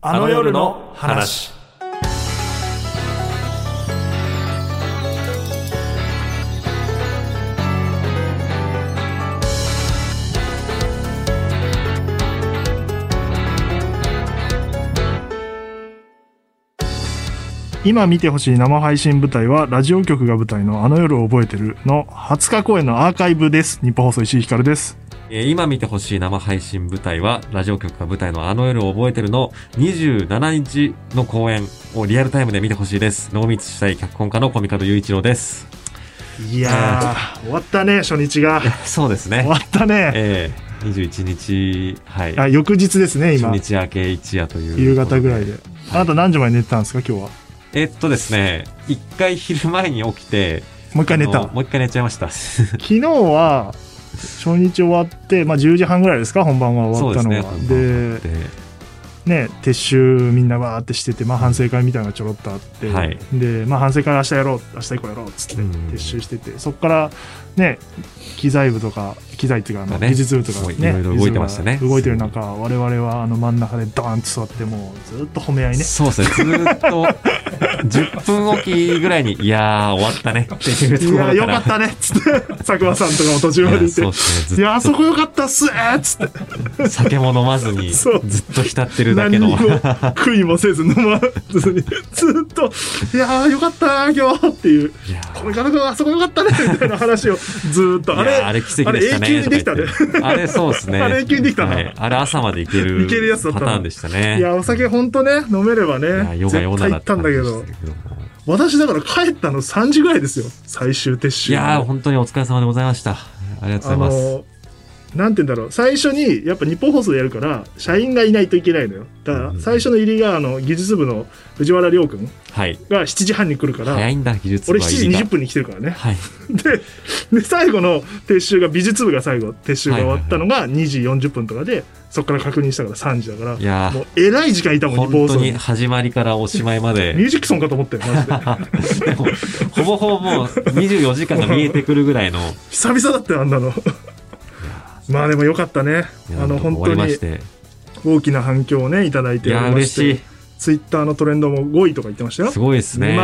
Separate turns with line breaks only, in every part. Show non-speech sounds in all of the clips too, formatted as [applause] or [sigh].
あの夜の話。
今見てほしい生配信舞台はラジオ局が舞台の「あの夜を覚えてる」の20日公演のアーカイブです日本放送石井ひかるです
えー今見てほしい生配信舞台は、ラジオ局が舞台のあの夜を覚えてるの27日の公演をリアルタイムで見てほしいです。濃密したい脚本家のコミカド雄一
[laughs]
郎です。
いやー終わったね初
[laughs]
日が
そうです
終
ね
わ。ったね
[laughs] ええ21日、はい。
あ翌日ですね
初
今
日明け一夜という。
夕方ぐらいで。あなた何時まで寝てたんですか今日は
えっとですね、一回昼前に起きて、
もう一回寝
あ
た
のもう一回寝ちゃい
[laughs]
ました。そ
昨日は初日終わって、まあ、10時半ぐらいですか本番は終わ
う
った
です
の
ね。
は
本番
で
で
ね撤収みんなわーってしてて、まあ、反省会みたいなのがちょろっとあって、
はい
で、まあ、反省会明日やろう明日以降やろうっつって
うん
撤収してて、そこからね機材部とか機材っていうかあの
まあね
技術部とか
もう
ね
いろいろ動いてました
技
ね
術部が動いてる中我々はあの真ん中でドーンと座ってもうずっと褒め合いね
そうですね、ずーっと、10分おきぐらいに、いやー、終わったねっていうと
い
ころから。
やよかったねっつって佐久間さんとかも途中までいて
[laughs] いやそうですね
い
ずっ
やあそこよかったっすーっつって
と酒も飲まずに、
[laughs]
ず
そう
っと浸ってるだけ
何に
の
も。
[laughs]
悔いもせず飲まずにずっと「いやーよかったー今日」っていう
いや
「
ー
これからがあそこよかったね」みたいな話をずーっとあれ
いやーあれ奇跡でしたね。
あれ永久にできたね
とか言ってあれそうです
[laughs]
ね。
あれ永久にできたな
はいあれ朝までいける。
いけるやつだった
パ
な
ターンでしたね。
いやお酒ほんとね飲めれば
いや
ね
ヨ
絶対
ガヨナ
行
だ
ったんだけど
って感じでしたけども
私だから帰ったの3時ぐらいですよ最終撤
い
収
やー、本当にお疲れ様でございました。ありがとう
あ
ございます。
のなんて言うんだろう最初にやっぱ日本放送でやるから社員がいないといけないのよだか
う
ら
ん
最初の入りがあの技術部の藤原亮君
はい。
が7時半に来るから
早いんだ、技術
俺
部
7
は
時
入りが
20分に来てるからね
はい。
でで最後の撤収が美術部が最後撤収が終わったのが2時40分とかでそこから確認したから3時だから
いやー
もうえらい時間いたもん日本
本
放
当
送
に
に
始まりからおしまいまで
[laughs] ミュ。ージックソンかと思ったよマジ
[laughs]
で
でも、ほぼほぼもう24時間が見えてくるぐらい
[laughs]
の、
久々だったよあんなのまあでもよかったね
いや
あの
なんか
本
終わ
当
りま
に
して。
大きな反響をねいただい
い
てお
やー、
りま
嬉
し
してい。
ツイッターのトレンドも5位とか言ってましたよ
すごいですね。
2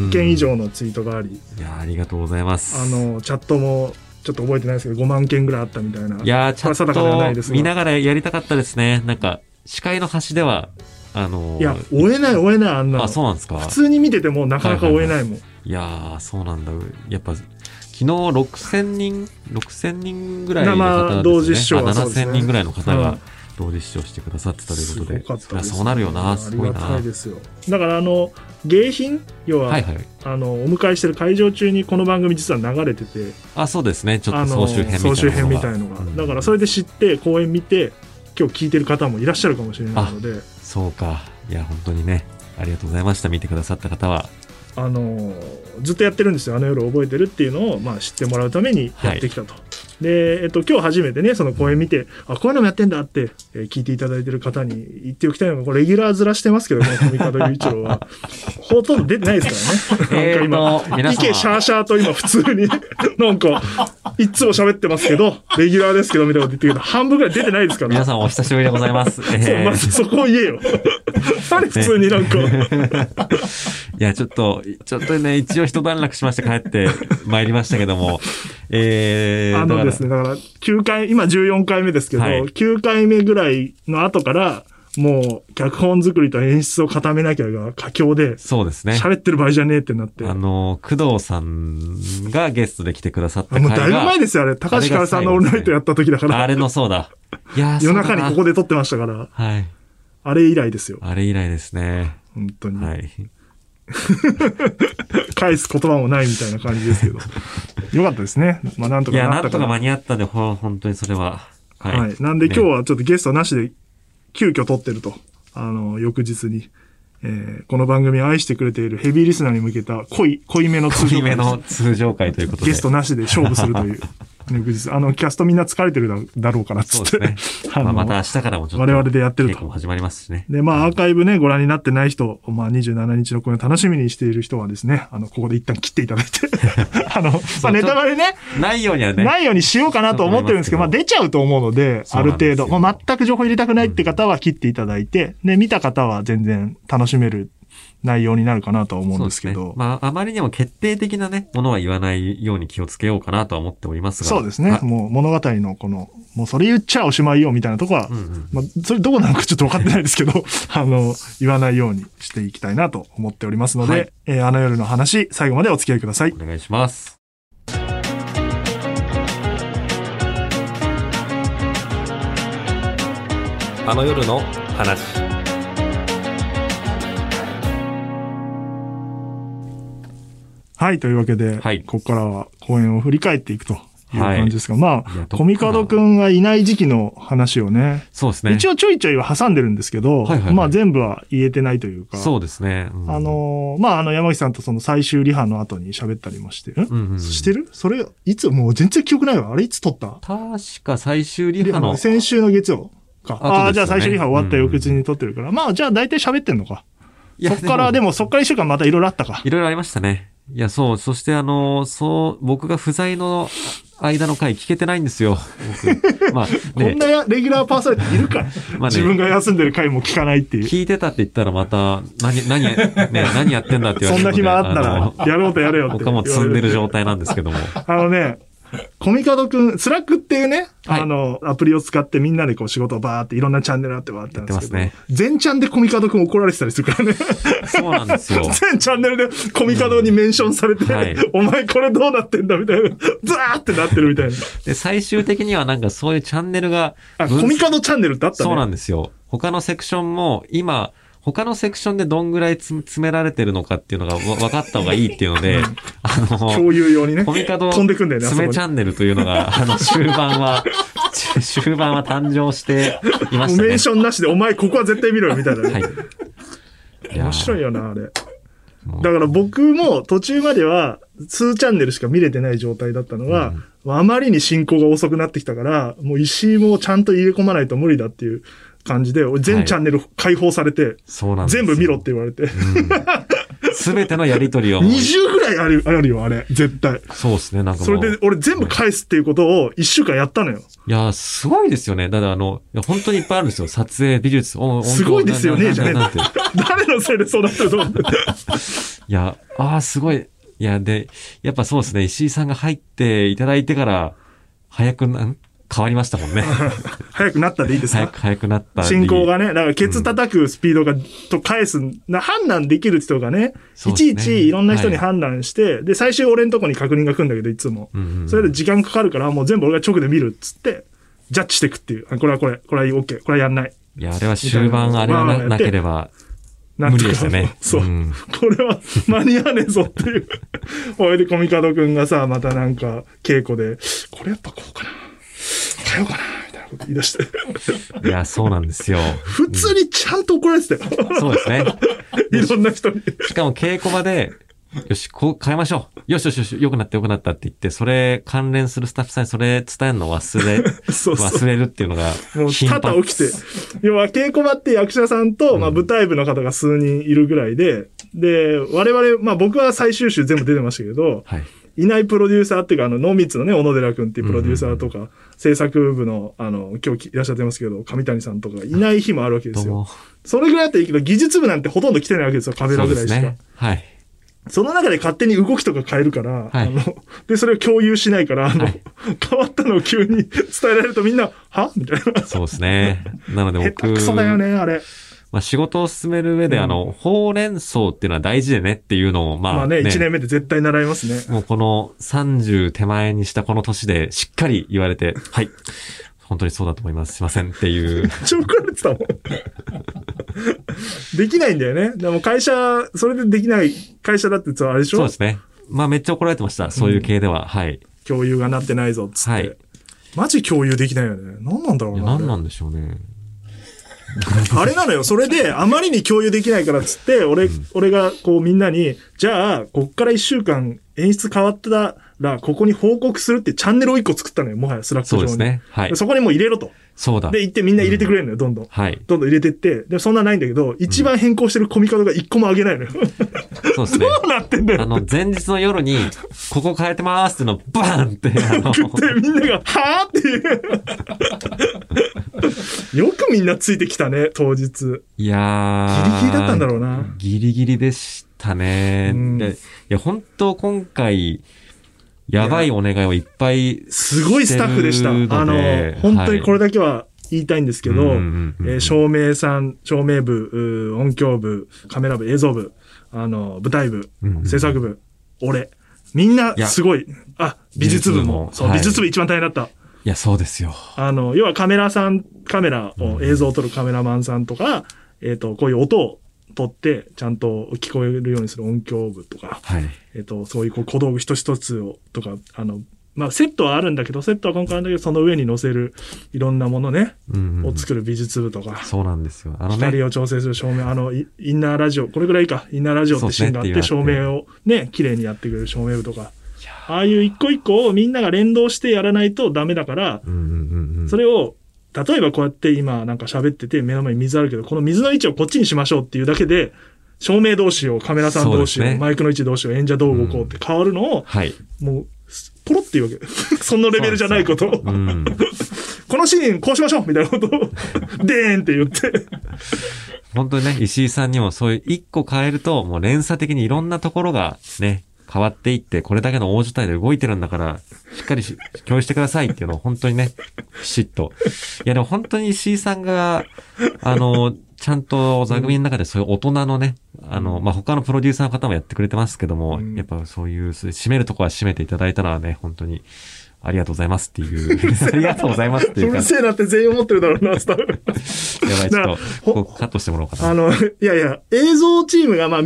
万件以
うん
上のツイートがあり、
いやー、ありがとうございます。
あのチャットもちょっと覚えてないですけど5万件ぐらいあったみたいない
やー、チ
これ
ャ
は定かではないで
ッ
す
ト
が
見ながらやりたかったですね。なんか、視界の端では、あのー
いや追えない追えないあんなの
あ、そうなんですか
普。通に見ててもなかなか追えないもん、
[laughs] いやー、そうなんだ。やっぱ、昨日6000人、6000人ぐらいの方
生
ですね。
同時視聴は
あ
そうですね
7000人ぐらいの方
う
が
ん
同時視聴してくださってたという
す
こ
ご
とで。
かった
い
で
や
す
そうなるよな、
あ
す
り
ごい
が
な。
た
はい
ですよだからあの迎賓要は、
いはい。
あのお迎えしてる会場中にこの番組実は流れてて
あ、そうですね。ちょっ
あ
と
の
総集編みたいなの
総集編みたいの
が。
が、
うん
だからそれで知って公演見て今日聞いてる方もいらっしゃるかもしれないので
そうか。いや、本当にね。ありがとうございました。見てくださった方は。
あのずっとやってるんですよ「あの夜覚えてる」っていうのを、まあ、知ってもらうためにやってきたと、で、えっと、今日初めてねその公演見てあこういうのもやってんだって、えー聞いていただいてる方に言っておきたいのがこれレギュラーずらしてますけどこのコミカド雄一郎
[laughs]
はほとんど出てないですからねなんか
えーと皆
今
様
意見シャーシャーと今普通になんかいつも喋ってますけどレギュラーですけどみたいなこと言ってるけど半分ぐらい出てないですから
皆さんお久しぶりでござい
[laughs]
ます。
そう
えー
まずそこを言え
[laughs]
よあれ普通になんか、
いや、ちょっと、ちょっとね、一応一段落しまして帰ってまいりましたけども、えー、
あ
だか
の
ら
ですね、だから、9回、今14回目ですけど、
はい
9回目ぐらいの後から、もう、脚本作りと演出を固めなきゃが佳境で、
そうですね。
喋ってる場合じゃねえってなって。
あ
あ
の、工藤さんがゲストで来てくださった
もう
回
だいぶ
が、
前ですよ、あれ。高橋香織さんのオールナイトやった時だから、
あれのそうだ。いやー
夜中にここ
で。
で撮ってましたから、
はい。
あれ以来ですよ。
あれ以来ですね。
本当に。
はい。
返す言葉もないみたいな感じ
[laughs]
ですけど。よかったですね。まあ、なんと
い
か
や、
な
な
っ
ん
たか。
とから間に合ったんで、ほ本当にそれは。はい。
はい。なんで今日
ね
はちょっとゲストなしで、急遽撮ってると。あの、翌日に。えーこの番組を愛してくれているヘビーリスナーに向けた濃い、濃いめの通
濃
常
い
回
め
です
の通常回ということで。
ゲストなしで勝負すると
[laughs]
いう。翌日、あの、キャストみんな疲れてるだだろうからっつ
そ
っ
う
て。
です
[laughs] 。
ね
あ
ま
の
あ、また明日からもちょっと。
我々でやってると
稽古も始まりますしね。
で、まあ、アーカイブね、ご覧になってない人、まあ、27日の公演を楽しみにしている人はですね、あの、ここで一旦切っていただい
[laughs]
て、あの、まあ、ネタバレね、
ないようにはね。
ないようにしようかなと思ってるんですけど、ま
そ
あ、
う
出ちゃうと思うので、
そ
あ
う
る
なんですよ
程度、まあ、全く情報入れたくないって方は切っていただいて、で、見た方は全然楽しめる内容になるかなとは思うんですけ
そうね
ど、
まあ、あまりにも決定的なね、ものは言わないように気をつけようかなとは思っておりますが。
そうですね
は、い
もう物語のこの、もうそれ言っちゃおしまいよみたいなとこは、
うんうん。
まあ、それどこなのかちょっと分かってないですけど、 [laughs] あの、言わないようにしていきたいなと思っておりますので、
はい
えーあの夜の話、最後までお付き合いください。
お願いします。あの夜の話。
はい、というわけで、
はい
ここからは公演を振り返っていくという感じですが、ま
いやどっか
あ、
ら
コミカドくんがいない時期の話をね、
そうですね。
一
応。
応ちょいちょいは挟んでるんですけど、
はいはいはい
まあ全部は言えてないというか、
そうですね。うん
あ、のーまああの山口さんとその最終リハの後に喋ったりもして、ん
うんうんうん
してるそれ、いつもう全然記憶ないわ。あれいつ撮った
確か最終リ
リハ
ハの。
先週の月曜か。
後ですよ
あ
ね
あ、じゃあ最終リハ終わった翌日に撮ってるから。まあ、じゃあ大体喋ってんのか。
いや
そっから、でもそっから一週間またいろいろあったか。
いろいろありましたね。いや、そう。そして、あの、そう、僕が不在の間の回聞けてないんですよ。
[laughs]
僕まあ、
こん
ね
な、やレギュラーパーソナリティいるか。
[laughs] まあね
自分が休んでる回も聞かないっていう。
聞いてたって言ったらまた、何、何、
[laughs]
ね、何やってんだって言わ
そ
れ
ん
る
な暇あ
ので
った [laughs]
の
ら、やろうとやれよって。
僕はもう積んでる状態なんですけども。
あのね、コミカドくん、スラックっていうね、
はい
あの、アプリを使ってみんなでこう仕事をバーっていろんなチャンネルあってバーってあったんですけど、
やって
全チャンでコミカドくん怒られてたりするからね。
そうなんですよ。
[laughs] 全チャンネルでコミカドにメンションされて、
うんはい
お前これどうなってんだみたいな、ザーってなってるみたいな。
で、最終的にはなんかそういうチャンネルが
あ、
分
コミカドチャンネルってあったね。
そうなん
だ。
ですよ。他のセクションも、今、他のセクションでどんぐらいつ詰められてるのかっていうのがわ分かった方がいいっていうので、あの、
共有用にね。
コミカド
飛んでくんだよね、あそこ
爪
に
チ。ャンネルというのが、あの、終盤は、 [laughs] ち終盤は誕生していま
も
し
う
た
メ
ね
ン。ションなしで、お前ここは絶対見ろよ、みたいなね。
はい。いや
面白いよな、あれ。だ
もう
から僕も途中までは数チャンネルしか見れてない状態だったのは、あまりに進行が遅くなってきたから、もう石井もちゃんと入れ込まないと無理だっていう感じで、俺
は
全
い
チャンネル解放されて、
そうなんですよ
全部見ろっ。て言われて。
すべてのやりとりを。
20ぐらいあるあるよ、あれ。絶対。
そうですね、なんか
そ
もう。
れで俺全部返すっていうことを1週間やったのよ。
いやー、すごいですよね。だからあの、いや本当にいっぱいあるんですよ。撮影、美術、音音響
すごいですよね
なな
じゃねえ
ななんて
[laughs] 誰のせいでそうなってると思
[laughs]
って。
いや、ああ、すごい。いや、で、やっぱそうですね、石井さんが入っていただいてから、早くなん、変わりました
[laughs]
もんね。
早くなったでいいです
早
か
く、早くなったり。
進行がね、だからケツ叩くスピードが、と返す、な判断できる人がね、
そう
い
です
ち
ね
いちいろんな人に判断して、で、最終俺のとこに確認が来るんだけど、いつも。
うんうん
それで時間かかるから、もう全部俺が直で見るっつって、ジャッジしていくっていう。あこれはこれ、これは OK、これはやんない。
いや、あれは終盤、あれは
まあ
な
まあ
なければ、
なんとか
無理でしたね
[laughs] そう。
うん
これは間に合わねえぞって
[laughs]
いう。おいで、コミカドくんがさ、またなんか、稽古で、これやっぱこうかな。変えようかな。みたいなこと言い出して。
[laughs] いや、そうなんですよ。
[laughs] 普通にちゃんと怒られてた
[laughs]
よ。
そうですね。
いろんな人に。
しかも稽古場で、よし、こう変えましょう。よしよしよし、良くなった良くなったって言って、それ関連するスタッフさんにそれ伝えるの忘れ、
[laughs] そうそう
忘れるっていうのが
もう、
頻
多
繁
々起きて。要は、稽古場って役者さんと、まあ、舞台部の方が数人いるぐらいで、で、我々、まあ、僕は最終週全部出てましたけど、
はい。
いないプロデューサーっていうか、あの、濃密のね、小野寺くんっていうプロデューサーとか、制作部の、あの、今日いらっしゃってますけど、上谷さんとか、いない日もあるわけで
どう
すよ。
も。
それぐらいだったらいいけど、技術部なんてほとんど来てないわけですよ、カメ
そ
ラ
う
ぐ
で
らいし
す
か。そ,、
ね。はい。
の中で勝手に動きとか変えるから、
はい
あの、で、それを共有しないから、あの、
はい
[laughs] 変わったのを急に伝えられるとみんな、はみたいな。
そうですね。なので
下
僕、
手くそだよね、あれ。
まあ仕事を進める上で、
うん
あの、ほうれん草っていうのは大事でねっていうのを、まあ、
まあね、1年目で絶対習いますね。
もうこの30手前にしたこの年でしっかり言われて、はい。本当にそうだと思います。すいませんっていう。
[laughs] 超怒られてたもん。できないんだよね。でも会社、それでできない会社だってさ、あれでし
そう
ょ
ですね。まあめっちゃ怒られてました。そういう系では。はい。
共有がなってないぞ、つって。
はい
マジ共有できないよね。何なんだろ
いうや、
な。
何なんでしょうね。
あれなのよ。それで、あまりに共有できないからっつって、俺、俺がこうみんなに、じゃあ、こっから一週間演出変わったら、ここに報告するってチャンネルを一個作ったのよ。もはやスラック
そ
上
う
に。
ですね。はい
で。そこにもう入れろと。
そうだ。
で、行ってみんな入れてくれるのよ、どんどん。
はい。
どんどん入れてって。で、そんなないんだけど、一番変更してるコミカドが一個も上げないの
[laughs]
よ。
そうですね。
どうなってんだよ
あの、前日の夜に、ここ変えてますっていうのをバーンって、あ
[laughs]
の、
ってみんなが、はぁっていう。よくみんなついてきたね、当日。ギリ
いやー。
ギリだったんだろうな。
ギリギリでしたね。
うん
でいや、本当今回、やばいお願いをいっぱい、
すごいスタッフでした。
してるの
あの
で、
本当にこれ
だ
だけは言いたいんですけ
け
ど、えー
ー
照明さん、照明部、うー音響部、カメラ部、映像部、あの、舞台部、
うん
制作部、俺。みんない
や
すごい。あ、美術部も。
美術
そ
部も
う、
はい
美術部一番大変だった。
いや、そうですよ。
あの、要はカメラさん、カメラを、映像を撮るカメラマンさんとか、えっ、と、こういう音を撮って、ちゃんと聞こえるようにする音響部とか、
はい。
えっ、と、そういうこう小道具一つ一つを、とか、あの、まあ、セットはあるんだけど、セットは今回あるんだけど、その上に載せるいろんなものね、
うんうん
を作る美術部とか、
そうなんですよ。あのね、
光を調整する照明、あの、イインナーラジオ、これぐらいか、インナーラジオってシーンがあっ
そうで
て、
すね
照明をね、綺麗にやってくれる照明部とか、ああいう一個一個をみんなが連動してやらないとダメだから、
うんうんうんうん
それを、例えばこうやって今なんか喋ってて目の前に水あるけど、この水の位置をこっちにしましょうっていうだけで、照明同士を、カメラさん同士
そうです
を、
ね
マイクの位置同士を、演者どう動こうって変わるのを、
はい。
もう、ポロって言うわけ。 [laughs] そのレベルじゃないことを。
うん。
このシーンこうしましょうみたいな [laughs] ことを、でーんって言って。
本当にね、石井さんにもそういう一個変えると、もう連鎖的にいろんなところがね、変わっていって、これだけの大所帯で動いてるんだから、しっかりし共有してくださいっていうのを本当にね、ピシッと。いやでも本当に石井さんが、あの、ちゃんと座組の中でそういう大人のね、あの、まあ、他のプロデューサーの方もやってくれてますけども、
うん
やっぱそういう、そういう締めるとこは締めていただいたのはね、本当に、ありがとうございますっていう、 [laughs] ありがとうございますって
う
いうか
る、せえなって全員思ってるだろうな、スタッフ。
やばい、ちょっと、
ほ
ここカットしてもらおうかな。
あの、 [laughs] いやいや、映像チームが、まあ、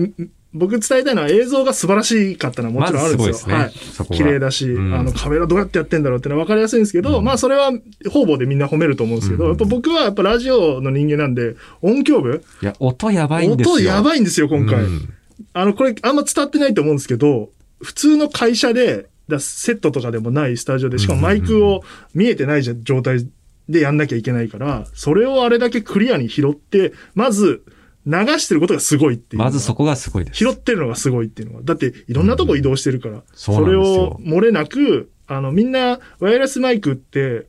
僕伝えたいのは映像が素晴らしかったのはもちろんあるんですよ。
まずすごい
は
で
い
すねそこ。が
綺麗だし、
うん
あの、カメラどうやってやってんだろうってのは分かりやすいんですけど、まあ、それは方々でみんな褒めると思うんですけど、
うん
やっぱ僕はやっぱラジオの人間なんで、音響部
いや、音やばいんですよ。
音やば
い、
いんですよ、今回。
うん
あの、これあんま伝わってないと思うんですけど、普通の会社で、だセットとかでもないスタジオで、しかもマイクを見えてないじゃ状態でやんなきゃいけないから、それをあれだけクリアに拾って、まず流してることがすごいっていうのが。
まずそこがすごいです。
拾ってるのがすごいっていうのは。だって、いろんなとこ移動してるから。
そうなん
れ
です
を
よ
漏れなく、あの、みんな、ワイヤレスマイクって、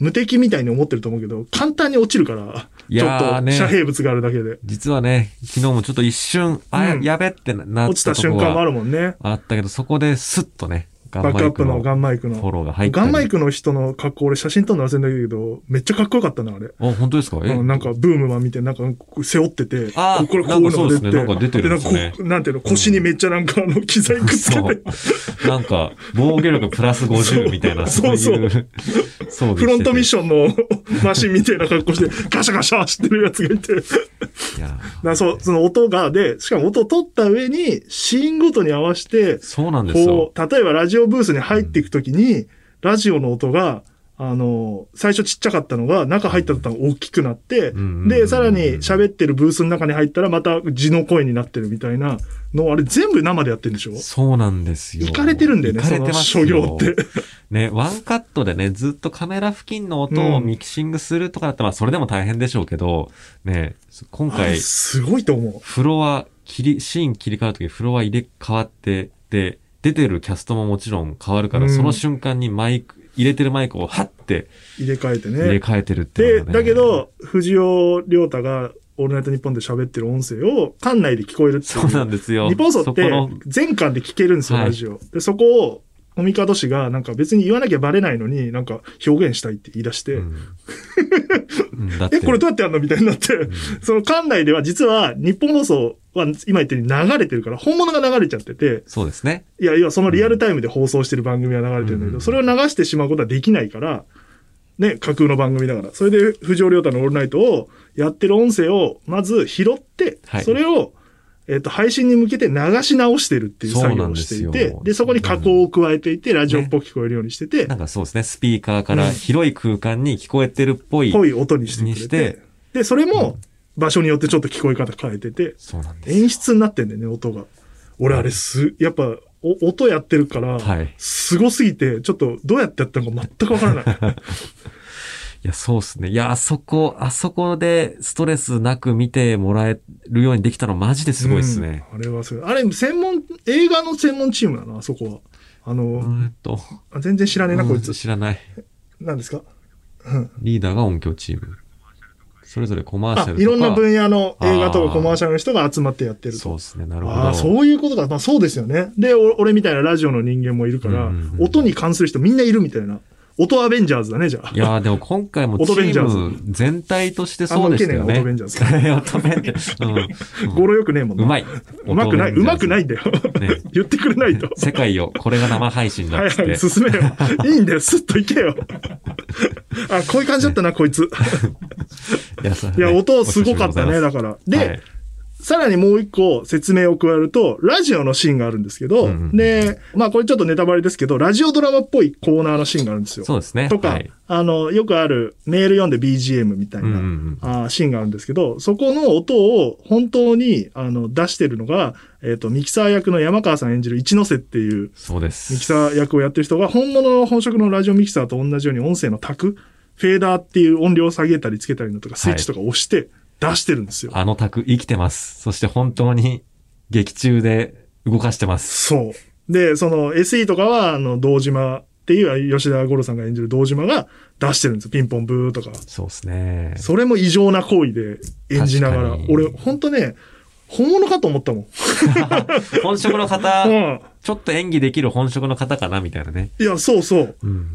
無敵みたいに思ってると思うけど、簡単に落ちるから、
いや
ちょっ
ー
と、
ね
遮蔽物があるだけで。
実はね、昨日もちょっと一瞬、あ、
うん
やべってななっ
落ちた瞬
とこ
間
が
もあるもんね。
あったけど、そこでスッとね、ガ
バックアップのガン
マ
マイク
イクのフォ
の。
ローが入った
ガ
り。
ンマイクの人の格好、俺写真撮るの忘れんだけど、めっちゃかっこよかったな、あれ。
あ、本当ですかえ、
うんなんか、ブームマンみたいな、なんか、こう背負ってて、
あー
これこういうのが出てて、
なんかそうですねなんか出てるんですよ
で
ね
なんかこうなんていうの、腰にめっちゃなんか、あの、機材くっつけ
そう
て、。
なんか、防御力プラス50みたいな、そ
そううそう
いう。そう
フロントミッ
ョ
ション
[laughs]
のマシンみたいな格好して、ガシャガシャ走ってるやつがいて。だか
ン。いや
らそう、その音が、で、しかも音を取った上に、シーンごとに合わせて、
そうなんです
こ
よ。
う、例えばラジオブースに入っていくときに、ラジオの音が、あの、最初ちっちゃかったのが、中入った途端大きくなって
うんうんうん、
で、さらに喋ってるブースの中に入ったら、また地の声になってるみたいなの、あれ全部生でやってるんでしょ
そうなんですよ。
行かれてるんだよね、
行か
そ
れて
の
ます
所
よ
業って。
ね、ワンカットでね、ずっとカメラ付近の音をミキシングするとかだったら、まあそれでも大変でしょうけど、ね、そ今
あれ
回、
すごいと思う。
フロア、切り、シーン切り替わるときフロア入れ替わって、で、出てるキャストももちろん変わるから、
うん
その瞬間にマイク、入れてるマイクをハッて
入れ替えてね。
入れ替えてるっていう
で、
のがね
だけ、ど、藤尾亮太が、オールナイトニッポンで喋ってる音声を、館内で聞こえるってい
そうなんですよ。
日本放送っ
そ
て
この、
全館で聞けるんですよ、
はい
ラジオ。で、そこを、コミカド氏が、なんか別に言わなきゃバレないのに、なんか表現したいって言い出して、 [laughs]
うんうんだって
え、これどうやってやるのみたいになって、 [laughs] その館内では実は日本放送は今言ったように流れてるから、本物が流れちゃってて、
そうですね。
いや、いや、そのリアルタイムで放送してる番組は流れてるんだけ
う
ど、
ん
それを流してしまうことはできないから、ね、架空の番組だから。それで、藤尾亮太のオールナイトをやってる音声を、まず拾って、
はい
それを、えっ、と、配信に向けて流し直してるっていう作業をしてい
そうなんで
て、
すよ
でそこに加工を加えていて、ラジオっぽく聞こえるようにしてて、
なんかそうですね、スピーカーから広い空間に聞こえてるっぽい
濃い音にしてくれ
にして
て、で、それも場所によってちょっと聞こえ方変えてて、
そうなんです。
演出になってんだよね、音が。俺、あれす、やっぱ、お音やってるから、
はい
すごすぎて、ちょっとどうやってやったのか全くわからない。
いや、そうっすね。いや、あそこ、あそこでストレスなく見てもらえるようにできたのマジ [laughs] ですごいっすね。
うんあれはすごい。あれ、専門、映画の専門チームなの、あそこは。あの、
うーんと。
あ全然知らねえな、こいつ
うん。知らない。
何ですか
リーダーが音響チーム。それぞれコマーシ
あ
ャルと、か。
いろんな分野の映画と
あー
かコマーシャルの人が集まってやってる
そう
と。
ですね。なるほど。
ああ、そういうことか。まあそうですよね。で、お俺みたいなラジオの人間もいるから、
うんうんうん
音に関する人みんないるみたいな。音アベンジャーズだね、じゃあ
い。やーでも今回もチ
オトベンジャ
ー
ーズ
ム全体としてそうでしたよね。
あんまウケねえなオトベンジャ
ーズ。 [laughs] オトベンジャーズ。うん
語呂よくねえもん
う
な。
まい。
うまくない、うまくないん
ね。
だよ。 [laughs] 言ってくれないと。
世界を、これが生配信だ
は
っ
い
つって。
はい、進め [laughs] よ。いいんだよ、スッといけ [laughs] よ。あ、こういう感じだったな、こいつ。
いや、そう
いや、音すごかったね、
お久しぶりでございま
だから。
す
で、
はい
さらにもう一個説明を加えると、ラジオのシーンがあるんですけど、
うんうんうん
で、まあこれちょっとネタバレですけど、ラジオドラマっぽいコーナーのシーンがあるんですよ。
そうですね。
とか、
はい
あの、よくあるメール読んで BGM みたい
うんう
な、
ん
あーシーンがあるんですけど、そこの音を本当にあの出してるのが、えっ、と、ミキサー役の山川さん演じる一ノ瀬っていう
そうです。
ミキサー役をやってる人が、本物の本職のラジオミキサーと同じように音声のタク、フェーダーっていう音量を下げたりつけたりのとか、スイッチとか押して出してるんですよ。
あの卓生きてます。そして本当に劇中で動かしてます。
そう。で、その SE とかは、あの、堂島っていう吉田五郎さんが演じる堂島が出してるんですよ。ピンポンブーとか。
そうですね。
それも異常な行為で演じながら
確か。に
俺、ほんとね、本物かと思ったもん。
本職の方、
うん。
ちょっと演技できる本職の方かなみたいなね。
いや、そうそう。
うん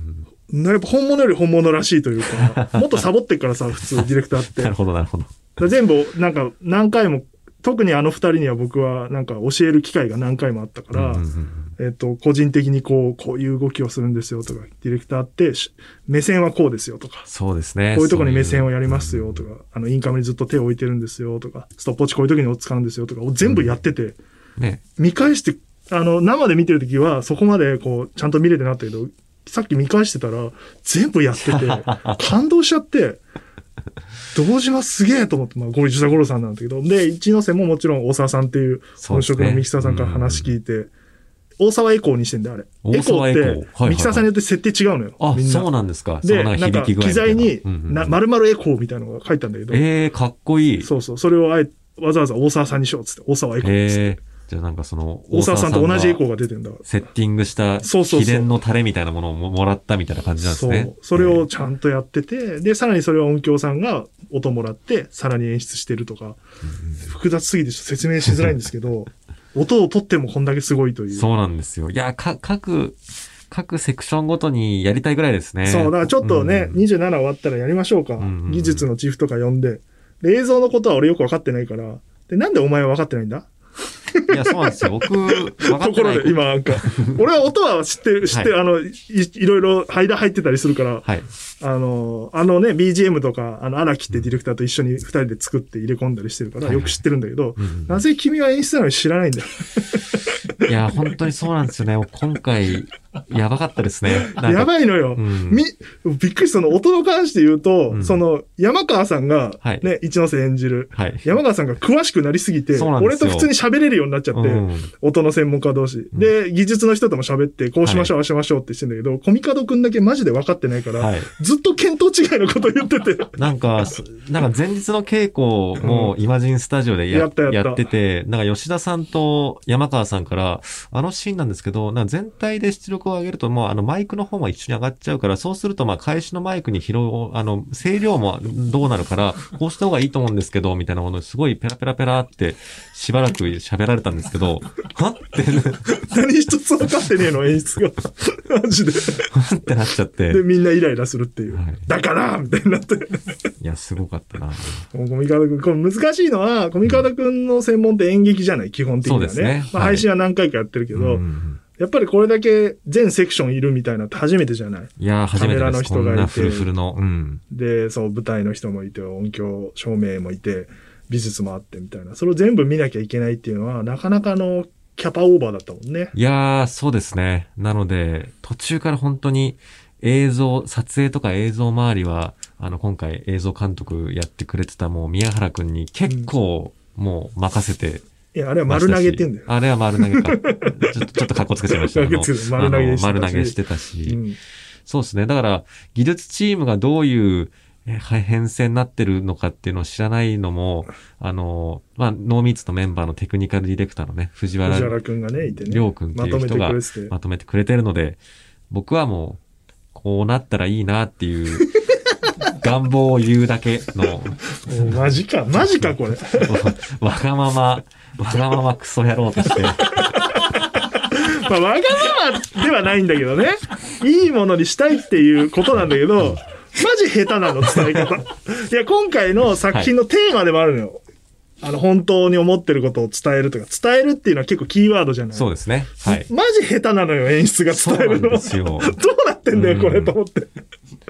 うん。
なやっぱ本物より本物らしいという
[laughs]
か、もっとサボってっからさ、普通ディレクターって。
なるほど、なるほど。
だから全部、なんか、何回も、特にあの二人には僕は、なんか教える機会が何回もあったから、
うんうんうん
えっと、個人的にこう、こういう動きをするんですよとか、ディレクターってし、目線はこうですよとか、
そうですね。
こういうところに目線をやりますよ
そう
とか、あの、インカムにずっと手を置いてるんですよとか、ストップウォッチこういう時に使うんですよとか、を全部やってて、
いう。ね。
見返して、あの、生で見てる時は、そこまでこう、ちゃんと見れてなかったけど、さっき見返してたら、全部や
[laughs]
ってて、感動しちゃって、堂島すげえと思って、まあ、ゴリジュダゴロさんなんだけど、で、一ノ瀬ももちろん大沢さんっていう、
そ
本
うですね
職のミキサーさんから話聞いて、大沢エコーにしてんだよ、あれ。エ
大
コ
沢
ー
エ
っ
コー
て、
はいはい
ミキサーさんによって設定違うのよ。
あ、
みんな
そうなんですか。そ
で、
うなん
な
か
んか、
響き具合
機
みた
材
いな
に、
うんうんうん
な、丸々エコーみたいなのが書いてあるんだけど、
ええー、かっこいい。
そうそう、それをあえ、わざわざ大沢さんにしようっつって、大沢エコーっつって。
ええー。じゃあなんかその、
大沢さんと同じエコーが
が
出てんだから。
セッティングした
そうそうそう
秘伝のタレみたいなものをももらったみたいな感じなんです
そ
ね。
う。それをちゃんとやってて、で、さらにそれを音響さんが音もらって、さらに演出してるとか、複雑すぎてちょっと説明しづらいんですけ
[laughs]
ど、音を取ってもこんだけすごいという。
そうなんですよ。いや、か、各、各セクションごとにやりたいぐらいですね。
そうだからちょっとね、
うん
27終わったらやりましょうか。
んうん
技術のチーフとか呼んで。で映像のことは俺よく分かってないから。で、なんでお前は分かってないんだ
いや、そうなんですよ。僕、わか
と
って
こ
な
ろ
い。
で、今なん
[laughs]
か。俺は音は知ってる、知ってる、あのい、いろいろ間入ってたりするから、
はい。
あの、あのね、BGM とか、あの、荒木ってディレクターと一緒に二人で作って入れ込んだりしてるから、
はい
よく知ってるんだけど、
うん
なぜ君は演出なのに知らないんだよ。
いや、本当にそうなんですよね。今回、やばかったですね。なんか
やばいのよ。
うん
み、びっくりした、その音の関して言うと、
うん
その、山川さんが、
はい
ね、一ノ瀬演じる、
はい。
山川さんが詳しくなりすぎて、
そうなんで
俺
すよ
と普通に喋れるようになっちゃって、
うん
音の専門家同士。で、技術の人とも喋って、こうしましょう、ああしましょうってしてんだけど、コミカドくんだけマジで分かってないから、
はい
ずっと見当違いのこと言って [laughs] て。
なんか、そなんか前日の稽古もイマジンスタジオでや,、
やったやった
てて、なんか吉田さんと山川さんから、あのシーンなんですけど、なんか全体で出力を上げると、もうあのマイクの方も一緒に上がっちゃうから、そうするとまあ返しのマイクに拾う、あの、声量もどうなるから、こうした方がいいと思うんですけど、みたいなものをすごいペラペラペラってしばらく喋られたんですけど、はって、
何一つ分かってねえの、演出が。 [laughs] マジで。
はってなっちゃって。
で、みんなイライラするっていう。
はい
だからみたいになって。
いや、すごかったな。
もうコミカドくん、これ難しいのは、コミカドくんの専門って演劇じゃない、基本的にはね。
そうですね
まあ、
はい
配信は何回かやってるけど、
うん
やっぱりこれだけ全セクションいるみたいなって初めてじゃない。
いや、初めて
カメラの
です。
人
こ
がいて
んなフルフルの。うん。
で、そう、舞台の人もいて、音響、照明もいて、美術もあってみたいな。それを全部見なきゃいけないっていうのは、なかなかのキャパオーバーだったもんね。
いやー、そうですね。なので、途中から本当に、映像、撮影とか映像周りは、あの、今回映像監督やってくれてたもう宮原くんに結構もう任せて
いや、あれは丸投げって言うんだよ。
あれは丸投げか。ちょっと、ちょっと格好つけちゃいましたけ
[laughs]
ど。
丸投げしてたし
あの丸投げしてた
う
し。
ん
そうですね。だから、技術チームがどういうえー編成になってるのかっていうのを知らないのも、あの、まあ、ノーミーツのメンバーのテクニカルディレクターのね、藤
藤
原
原くんがね、いてね。
亮君っていう人が
まとめてくれてて。
まとめてくれてるので、僕はもう、こうなったらいいなっていう
[laughs]
願望を言うだけの、 [laughs]
おマジか、マジか、これ。
わがまま、わがままクソ野郎として。
まあ、わがままではないんだけどね。いいものにしたいっていうことなんだけど、マジ下手なの、伝え方。いや、今回の作品のテーマでもあるのよ。あの、本当に思ってることを伝えるとか、伝えるっていうのは結構キーワードじゃない
そうですね。はい。
マジ下手なのよ、演出が伝えるの。
そうなんですよ
どうなってんだよ、これ、
うん
と思って。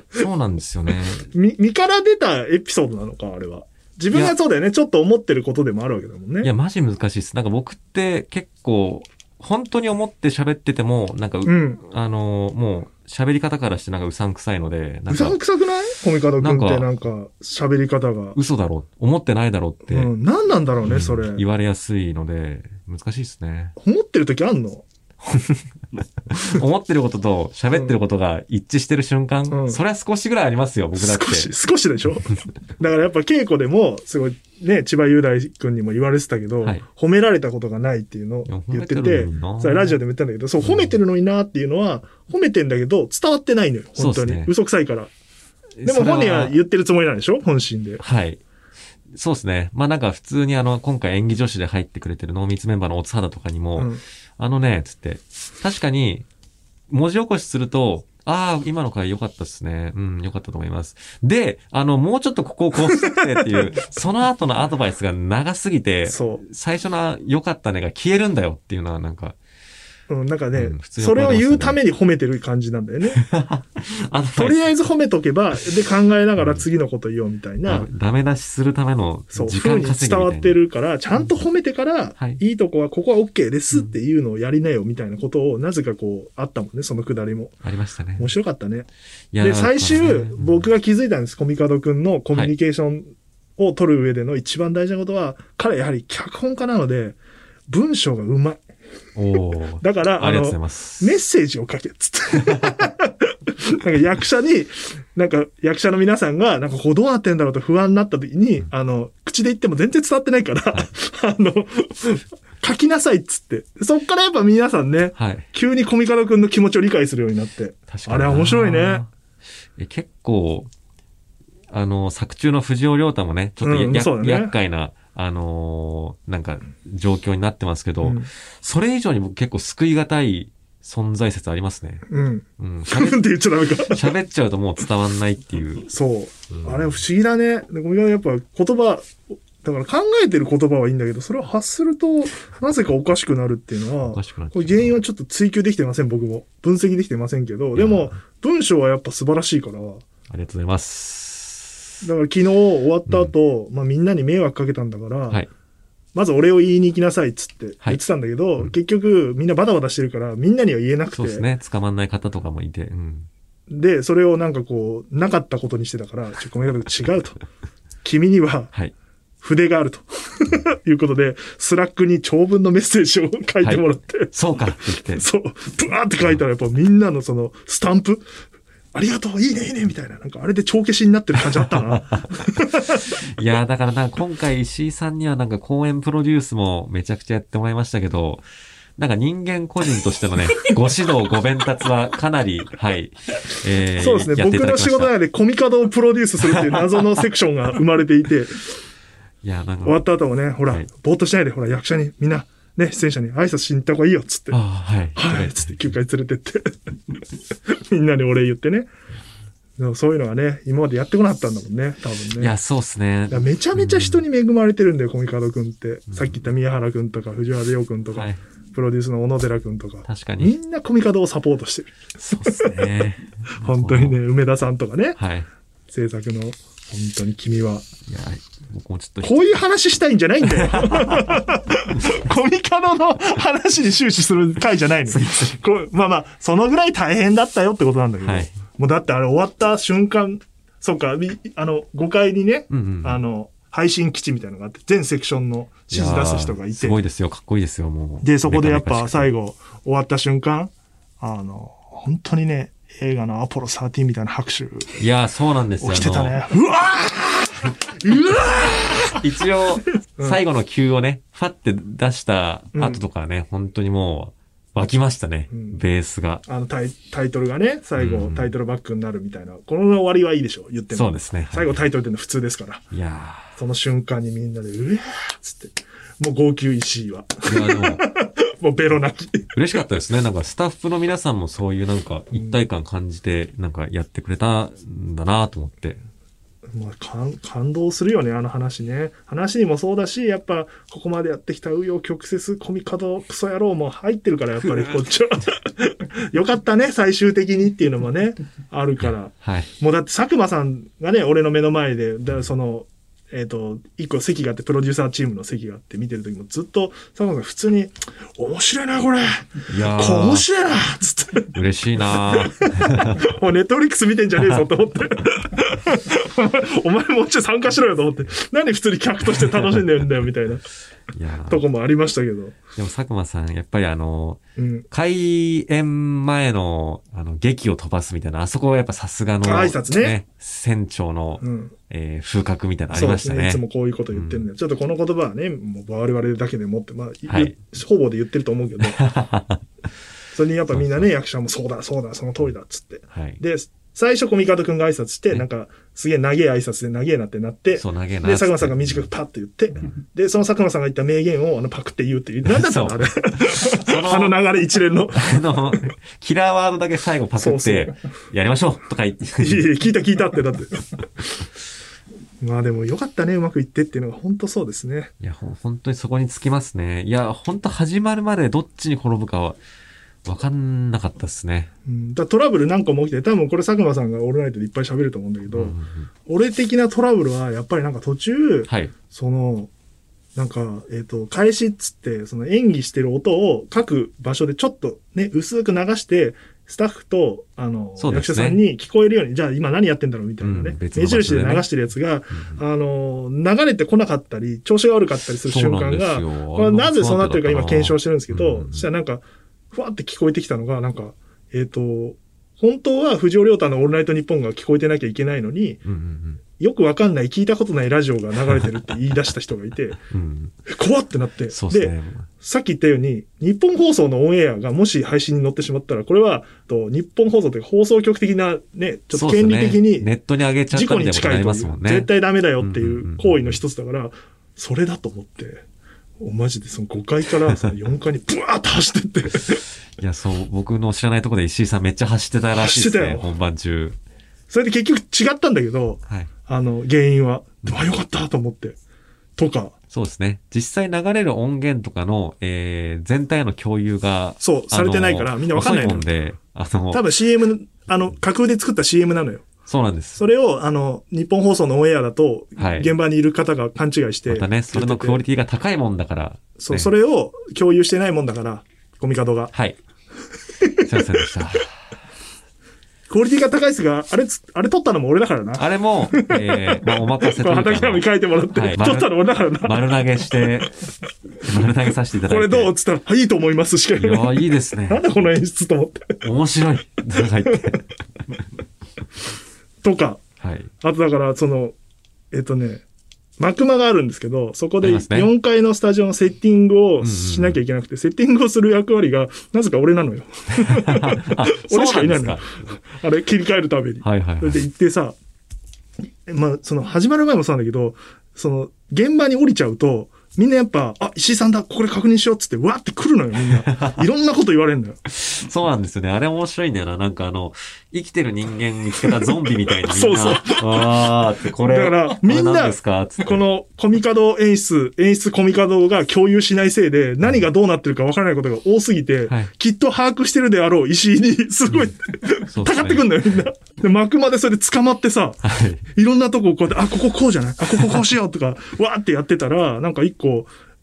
そうなんですよね。
み、身から出たエピソードなのか、あれは。自分
い
が
や
そうだよね、ちょっと思ってることでもあるわけだもんね。
いや、マジ難しいです。なんか僕って結構、本当に思って喋ってても、なんかう、
うん。
あのーもう、喋り方からしてなんかうさんくさいので、な
うん
か
さん、くさくないコミカド君って
な
なんか、喋り方が。
嘘だろ、思ってないだろって、
うん、何なんだろうね、それ。。
言われやすいので、難しいですね
思ってる時あんの
思ってることと喋ってることが一致してる瞬間、
うん
それは少しぐらいありますよ、僕だって。
少し、少しでし
[laughs]
ょだからやっぱ稽古でも、すごい、ね、千葉雄大君にも言われてたけど、
はい
褒められたことがないっていうのを
いや
言って
褒めて
て
るのにな、
それラジオでも言ったんだけど、そう、褒めてるのになっていうのは、褒めてんだけど、伝わってないのよ、本当
そう
に。
ですね
嘘くさいから。でも本人は言ってるつもりなんでしょ本心で。
はい。そうですね。まあなんか普通にあの、今回演技女子で入ってくれてる濃密メンバーのおつはだとかにも、
うん
あのね、つって、確かに、文字起こしすると、ああ、今の回良かったですね。うん、良かったと思います。で、あの、もうちょっとここをこうしてって
[laughs]
いう、その後のアドバイスが長すぎて、
そ
最初の良かったねが消えるんだよっていうのはなんか、
う。うん、なんかね、
うん普通に
そ
怒ら
れ
れ
を
ましたね
言うために褒めてる感じなんだよね。
アドバイス
とりあえず褒めとけば、で考えながら次のこと言おうみたいな。
ダダメ出しするための
そう、
時
風
間
に
稼ぎみた
伝
いな
わってるから、ちゃんと褒めてから、
はい
い、いとこは、ここは OK ですっていうのをやりなよみたいなことを、なぜかこう、あったもんね、そのくだりも。
ありましたね
面。白かったね。
いや
で、最終、僕
が、
が気づいたんです。コミカドくんのコミュニケーションを取る上での一番大事なことは、彼やはり脚本家なので、文章がうまい。
おー
だから、
あ
あ
り
の
がとうござい、ます。
メッセージを書けっつって。 [laughs] なんか役者に、なんか役者の皆さんが、なんかこうどうなってんだろうと不安になった時に、あの、口で言っても全然伝わってないから、 [laughs] あの、書きなさいっつって。そっからやっぱ皆さんね、
はい。
急にコミカド君の気持ちを理解するようになって。
確かに
あれは面白いね。。
え結構、あの、作中の藤尾亮太もね、ちょっとや、
うん
や
そうだね
厄介な、あのーなんか、状況になってますけど、
うん
それ以上に僕結構救いがたい存在説ありますね。
うん。
うん。
うんっ
喋
て言っちゃダメか。
[laughs]
[laughs]
喋っちゃうともう伝わんないっていう。
そう。
うん
あれは不思議だね。でコミカドやっぱ言葉、だから考えてる言葉はいいんだけど、それを発すると、なぜかおかしくなるっていうのは、
おかしくなっちゃ
こ
う
れ原因はちょっと追求できてません、僕も。分析できてませんけど、で
いや
も、文章はやっぱ素晴らしいから、だか
ありがとうございます。
ら昨日終わった後、まあみんなに迷惑かけたんだから、
はい。
まず俺を言いに行きなさいっつって
はい
言ってたんだけど、
うん
結局みんなバタバタしてるから、みんなには言えなくて、
そうで
[laughs]
すね。捕まんない方とかもいて。うん。
で、それをなんかこう、なかったことにしてたから、ちょ、ごめんなさい、
[laughs]
違うと。君には
はい。
筆があると。 [laughs] いうことで、スラックに長文のメッセージを書いてもらって、
そうかって言って。
[laughs] そう、ブワーって書いたらやっぱみんなのそのスタンプ、ありがとう、いいね、いいね、みたいな、なんかあれで帳消しになってる感じあったな。
いやーだからなんか今回石井さんにはなんか公演プロデュースもめちゃくちゃやってもらいましたけど、なんか人間個人として
[laughs]
のね、ご指導、ご鞭達はかなり、はい、えー、
そうですね、
やってい
僕
た
の
だきまし
仕
た
事なのでコミカドをプロデュースするっていう謎のセクションが生まれていて、
いやーなん
終わ
か、
った後もね、ほら、
はい
ぼーっとしないで、ほら、役者にみんな、ね、出演者に挨拶しに行った方がいいよ、つって。
あ
は
あ、はい。
い、つって、9回連れてって。 [laughs] みんなにお礼言ってね。でもそういうのがね、今までやってこなかったんだもんね、多分ね。
いや、そうですね
だか。らめちゃめちゃ人に恵まれてるんだよ、コミカド君って。さっき言った宮原君とか、藤原亮君とか、
はい。
プロデュースの小野寺君とか。
確か
み
に。
んなコミカドをサポートしてる。
そうですね。
[laughs] 本当にね、。梅田さんとかね、
はい。
制作の、本当に君は。
いやー、僕もちょっと、
こういう話したいんじゃないん
[laughs]
だよ。コミカドの話に終始する回じゃないの。こうまあまあ、そのぐらい大変だったよってことなんだけど。
はい
もうだってあれ終わった瞬間、そうか、みあの、5階にね、
うんうん
あの、配信基地みたいなのがあって、全セクションの指示出す人がい
やー
て
す、ごいですよ、かっこいいですよ、もう。
で、そこでやっぱ最
後。
後、終わった瞬間、あの、本当にね、映画のアポロ13みたいな拍手
いやー、そうなんですよ。
起きてた
あの
ね。うわ
一応、最後の球をね、ファって出した後とかね、本当にもう、湧きましたね、
うん
ベースが。
あのタイタイトルがね、最後
うん
タイトルバックになるみたいな。この終わりはいいでしょ、言っても。
そうですね。はい
最後タイトルってのは普通ですから。
いや
その瞬間にみんなで、うえーっつって。もう号泣石井は。
ー、いやでも、
もうベロ泣き。
嬉しかったですね。なんか、スタッフの皆さんもそういうなんか、一体感感じて、なんかやってくれたんだなと思って。
まあ、感感動するよね、あの話ね。話にもそうだし、やっぱ、ここまでやってきた、紆余曲折、コミカド、クソ野郎も入ってるから、やっぱりこっち
[laughs]
は。よかったね、最終的にっていうのもね、あるから。
はい。
もうだって、佐久間さんがね、俺の目の前で、だその、えっ、と、一個席があって、プロデューサーチームの席があって見てる時も、ずっと、佐久間さん普通に、面白いな、これ。
いや
こ面
ー、
白いな、つって。 [laughs]
嬉しいなー。
もうネットフリックス見てんじゃねえ
[laughs]
ぞと思って。 [laughs] お前もうちょい参加しろよと思って。何普通に客として楽しんでるんだよみたいな
いやー
とこもありましたけど。
でも佐久間さん、やっぱりあの、
うん。
開演前の、あの、劇を飛ばすみたいな、あそこはやっぱさすがの、
挨拶ね
船長の、
うん。
えー風格みたいなのありました
そうですね。い
ね
つ。もこういうこと言ってるんだよ。ちょっとこの言葉はね、もう我々だけでもって、まあ、
はい
ゆ方々で言ってると思うけど。それにやっぱみんなね、役者もそうだ、そうだ、その通りだっつって。
はい。
で、最初コミカドくんが挨拶して、
ね
なんか、すげえ長え挨拶で長えなってなって、
そう、投げな。
で、佐久間さんが短くパッと言って、で、その佐久間さんが言った名言をあのパクって言うっていう。なんだったのあれ。 [laughs] あの流れ一連の。
あの、 [laughs] キラーワードだけ最後パク
そう
っ
そう
て、やりましょうとか言って。
いやいや聞いた聞いたって、だって。まあでもよかったね、うまくいってっていうのが本当そうですね。
いや、ほん本当にそこにつきますね。いや、本当始まるまでどっちに転ぶかは、わかんなかったですね。
うん、だからトラブル何個も起きて、多分これ佐久間さんがオールナイトでいっぱい喋ると思うんだけど、
うんうんうん
俺的なトラブルはやっぱりなんか途中、
はい。
その、なんか、えっ、と、開始っつって、その演技してる音を各場所でちょっとね、薄く流して、スタッフと、あの、
そうで
役
す
者
ね
さんに聞こえるように、じゃあ今何やってんだろうみたいなね、
うん別
目
の場所
印
で
で
ね
流してるやつが、
うん
あの、流れてこなかったり、調子が悪かったりする瞬間が、
よ
これなぜそうなってるか今検証してるんですけど、
うん
そしたらなんか、ふわって聞こえてきたのが、なんか、えっ、と、本当は藤尾亮太のオールナイトニッポンが聞こえてなきゃいけないのに、
うんうん
よくわかんない、聞いたことないラジオが流れてるって言い出した人がいて、 [laughs]
うん。うん
え怖ってなって。
そうです
で、
ね。
さっき言ったように、日本放送のオンエアがもし配信に載ってしまったら、これは、と日本放送というか放送局的なね、ちょっと
そうです
権
ね
利的
ネ
に
ットに上げちゃっ
事
た
故
み
に
たいなことに
近
ないり
と
ます
い
もん
う、
ね。
絶対ダメだよってい
んうんう
うんう行為の一つだから、それだと思って、マジでその5階からその4階にブワーッと走ってって、 [laughs]
いや、そう、僕の知らないところで石井さんめっちゃ走ってたらしい
走
です
って
ね、
たよ
本番中。
それで結局違ったんだけど、
はい。
あの、原因は、でもあ、よかったと思って、とか、
そうですね。実際流れる音源とかの、えー、全体の共有が、
そう、されてないか
あ
ら、
の
みんなわかんない
遅
の
いもん
よ。
で、あの、
多分 CM、あの、架空で作った CM なのよ。
そうなんです。
それを、あの、日本放送のオンエアだと、
はい
現場にいる方が勘違いして、
またね、それのクオリ
テ
ティが高いもんだから、
ィそう、
ね
それを共有してないもんだから、コミカドが。
はい。すいませんでした。
クオリティが高いですが、あれつ、あれ撮ったのも俺だからな。
あれも、えー、まあ、お任せ
これ [laughs]
というか
畑山に書いてもらって、
はい
撮ったの俺だからな。
丸投げして、丸投げさせていた
こ
だい
れ
て。
どうっつったら、いいと思いますしか言え
い
な
や、
い。
いいですね
な。んだこの演出と思って。
面白い。とか言って。
とか、
はい。
あとだから、その、えっとね、マクマがあるんですけど、そこ
あ
で
りますね
4階のスタジオのセッティングをしなきゃいけなくて、セッティングをする役割が、なぜか俺なのよ。 [laughs]
あ、そう
俺し
な
かい
んで
ない
す
のよ。。
か
あれ、切り替えるために。
はいはい
それ
はい。
で行ってさ、まあ、その始まる前もそうなんだけど、その現場に降りちゃうと、みんなやっぱ、あ、石井さんだ、ここで確認しようっつって、わーって来るのよ、みん
[laughs]
な。いろんなこと言われるのよ。
そうなんですよね。あれ面白いんだよな。なんかあの、生きてる人間見つけたゾンビみたいにみん
[laughs]
な。
そうそう
あーって、これ。
だから
これ
みんな
何ですかつって
このコミカド演出、演出コミカドが共有しないせいで、何がどうなってるかわからないことが多すぎて、
はい
きっと把握してるであろう石井に、すごい、
そう
た
す
か
ね
ってくんだよ、みんな。で、幕までそれで捕まってさ、
はい。
[laughs] いろんなとここうやって、あ、こここうじゃないあ、こここうしようとか、わーってやってたら、なんか一個、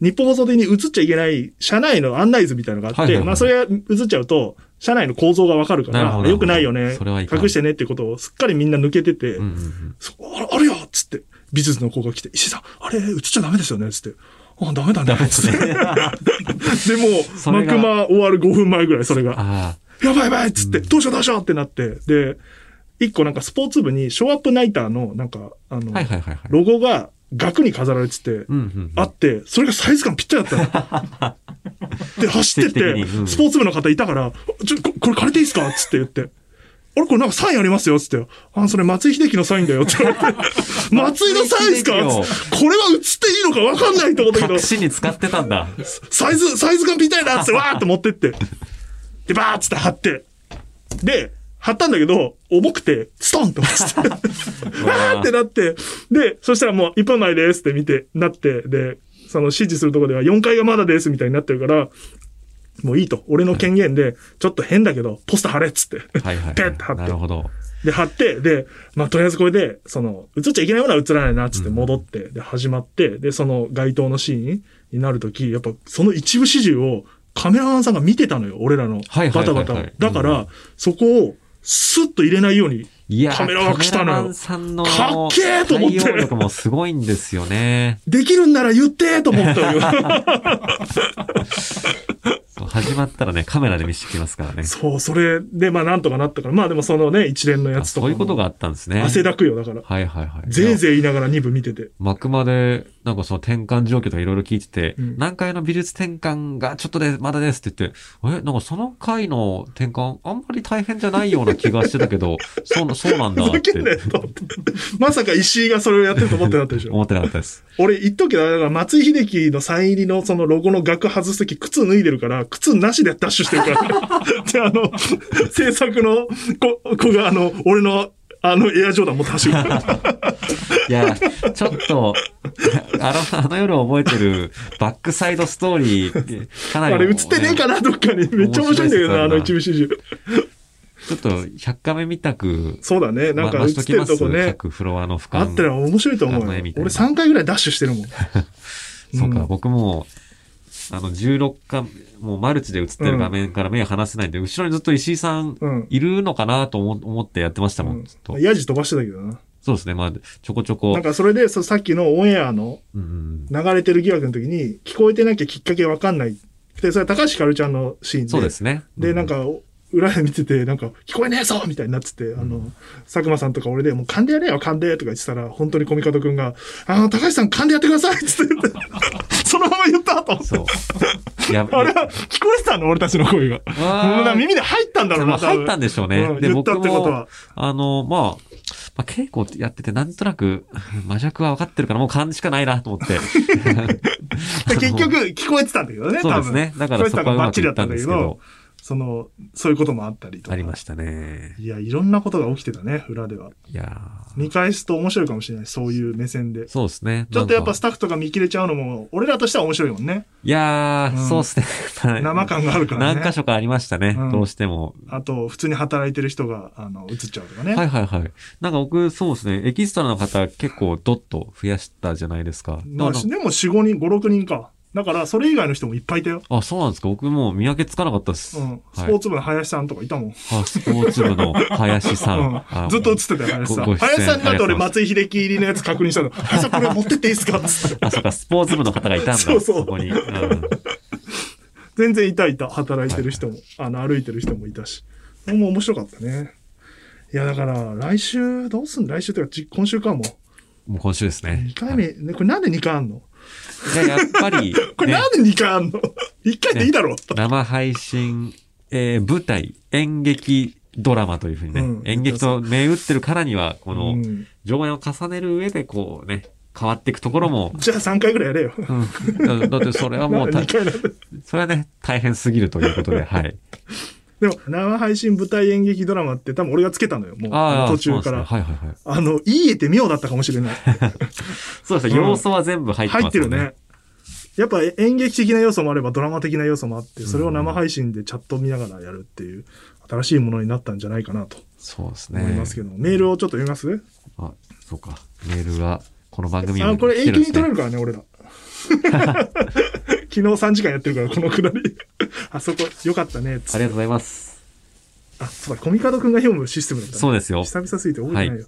日本放送的に映っちゃいけない社内の案内図みたいなのがあって、
はいはいはい
まあそれが映っちゃうと、社内の構造がわかるか
なるほ
ら、
ど
良くないよね
それはいかん
隠してねってことをすっかりみんな抜けてて、
うんうんうん
そあれあれよっつって、美術の子が来て、石井さん、あれ映っちゃダメですよねっつって。あ、ダメだね。
ダメです
[laughs]
ね。
で、もう、
それ
マ
が
クマ終わる5分前ぐらい、それが。
あ
やばいやばいっつって、どうしようどうしようってなって、で、一個なんかスポーツ部に、ショーアップナイターの、なんか、あの、
あ、はいはいはいはい。
ロゴが額に飾られてて、
うんうんう
あ
ん。
って、それがサイズ感ぴったりだった
[laughs]
の。で、走って
奇
て
跡的にう、ん
スポーツ部の方いたから、ちょ、ここれ借りていいですかつって言って。あれこれなんかサインありますよつって。あ、それ松井秀喜のサインだよって言われ
[laughs]
て。松井のサインですか
松井秀
つってこれは映っていいのかわかんないってことだけど
隠、しに使ってたんだ。
サイズ、サイズ感ぴったり
[laughs]
だっつって、わーって持ってって。で、バーっつって貼って。で、貼ったんだけど、重くて、ストンって落ち
[laughs]
て。わーってなって。で、そしたらもう1分前ですって見て、なって、で、その指示するとこでは4階がまだですみたいになってるから、もういいと。俺の権限で、ちょっと変だけど、ポスター貼れっつって。
はいはい
ペッ
は
て貼っ
い。
て
なるほど。
で、貼って、で、まあ、とりあえずこれで、その、映っちゃいけないものは映らないな、つって戻って、で、始まって、で、その街頭のシーンになるとき、やっぱ、その一部始終をカメラマンさんが見てたのよ、俺らの。
はいは
バタ
いはいは
バ
い
タ。だか
う
ら、そこを、スッと入れないように。
いやー、
カメラワークしたのよ
カメラマンさんの
かっけーと思って
対応力もすごいんですよね。
できるんなら言ってと思ったの
[laughs]
よ。
そう始まったらね、カメラで見せてきますからね。
そう、それで、まあなんとかなったから、まあでもそのね、一連のや
あ
つと
そ
か
う
も。
いうことがあったんですね。
汗だくよ、だから。
はいはいはい。
ぜいぜい言いながら2部見てて。
幕まで、なんかその転換状況とかいろいろ聞いてて、
うん
何回の美術転換がちょっとで、まだですって言って、え、なんかその回の転換、あんまり大変じゃないような気がしてたけど、 [laughs] そうな、そうなんだ
ふざ
っ
けんなよ
て。、
と思って。まさか石井がそれをやってると思ってなかったでしょ。
思ってなかったです。
俺言っとくけど、だから松井秀喜のサイン入りのそのロゴの額外すとき、靴脱いでるから、靴なしでダッシュしてる
[laughs]
から。で、あの、制作の子子が、あの、俺の、あの、エアジョーダン持って走る。
[laughs] いや、ちょっと、 [laughs] あの、 [laughs] あの夜覚えてるバックサイドストーリー、か
あ
なり、
れ映ってねえかな、どっかに。めっちゃ面白いんだけどな、あの一部始終。
ちょっと、100カメ見たく、
そうだね、なんか映
ま
っ
増してときま
る
す
とこね。
各フロアの俯瞰。
あったら面白いと思うよ。
あの絵
俺
みたいな
3回ぐらいダッシュしてるもん。
そうか、
うん
僕も、あの、16巻、もうマルチで映ってる画面から目が離せないんで、後ろにずっと石井さん
うん。
いるのかなと思思ってやってましたも
うん
ん、ずっと。
ヤジ飛ばしてたけどな。
そうですね、まあ、ちょこちょ
な
こ
ん。かそれで、そうさっきのオンエアの
うんうん
流れてる疑惑の時に、聞こえてなきゃきっかけわかんない。で、それは高橋ひかるちゃんのシーンで。
そうですね。
で、なん
う
か、裏で見てて、なんか、聞こえねえぞみたいになってて、あの、佐久間さんとか俺で、もう噛んでやれよ、噛んでとか言ってたら、本当にコミカドくんが、あの、高橋さん噛んでやってくださいっつって言って、 [laughs] そのまま言ったと思って。 [laughs]
そう。いや、
あれは聞こえてたの俺たちの声が。
う
もう
わ
な
ー
耳で入ったんだろう
まあ
な、
入ったんでしょうね。
うん
で、
言った
僕
ってこと
も
は、
あの、まあ、まあ、稽古やってて、なんとなく、魔弱は分かってるから、もう勘しかないなと思って。
で [laughs] 結局、聞こえてたんだけどね、多
[laughs] そう
分。
ですね。だからそこはうまくいったんです
そうし
け
たのがバッチリだったんだ
ど、
その、そういうこともあったりとか。
ありましたね。
いや、いろんなことが起きてたね、裏では。
いやー
見返すと面白いかもしれない、そういう目線で。
そうですね。
ちょっとやっ
な
ぱ
ん
スタ
か
ッフとか見切れちゃうのも、俺らとしては面白いもんね。
いやー、
うん
そうですね。 [laughs] はい
生感があるからね。
何箇所かありましたね
うん。
どうしても。
あと、普通に働いてる人が、あの、映っちゃうとかね。
はいはいはい。なんか僕、そうですね。エキストラの方結構ドッと増やしたじゃないですか。
まあ
あの
でも4、5人、5、6人か。だから、それ以外の人もいっぱいいたよ。
あ、そうなんですか。僕もう見分けつかなかったです。
うん。スポ
はい
ーツ部の林さんとかいたもん。
あ、スポーツ部の林さ
[laughs] うん
ん。あ
ずっと映ってたよ、林さん。
ごご出演
林さんになって俺、
ありが
松井秀喜入りのやつ確認したの。林さん、これ持ってっていいですかつって。
あ、そうか、スポーツ部の方がいたんだ。
[laughs] そうそう
そこに。うん
全然いたいた、働いてる人も、あの、歩いてる人もいたし。それも面白かったね。いや、だから、来週、どうすん来週というか、じ今週かも。
もう今週ですね。
2回目、ね、これなんで2回あんの
じゃあやっぱり、
[laughs] これ
ね
なんで2回あんの [laughs] ?1 回でいいだろう、
生配信、えー舞台、演劇、ドラマというふうにね、
うん
演劇と銘打ってるからには、こ
う
の、
ん
上演を重ねる上で、こうね、変わっていくところも、
じゃあ3回ぐらいやれよ。
うん、だだってそれはもう
[laughs] なん
た
で2、回なんだ
それはね、大変すぎるということで、はい。
でも、生配信舞台演劇ドラマって多分俺がつけたのよ、もう。 [laughs] あの途中か
そうですね
ら。
はいはいはい。
あの、いい絵って妙だったかもしれない。
そうですね、
うん
要素は全部入ってます
入ってるね。。やっぱ演劇的な要素もあればドラマ的な要素もあって、それを生配信でチャット見ながらやるっていう、新しいものになったんじゃないかなと
そうですね。
思いますけど、メールをちょっと読みます
あ、そうか。メールが、この番組
あ、これ永久に取れ
る。
るからね、俺ら。 [laughs] 昨日3時間やってるから、このくだり。あそこ、よかったね、
ありがとうございます。
あ、そうだ、コミカドくんが読むシステムだったね、
そうですよ。
久々すぎて覚えてないよ。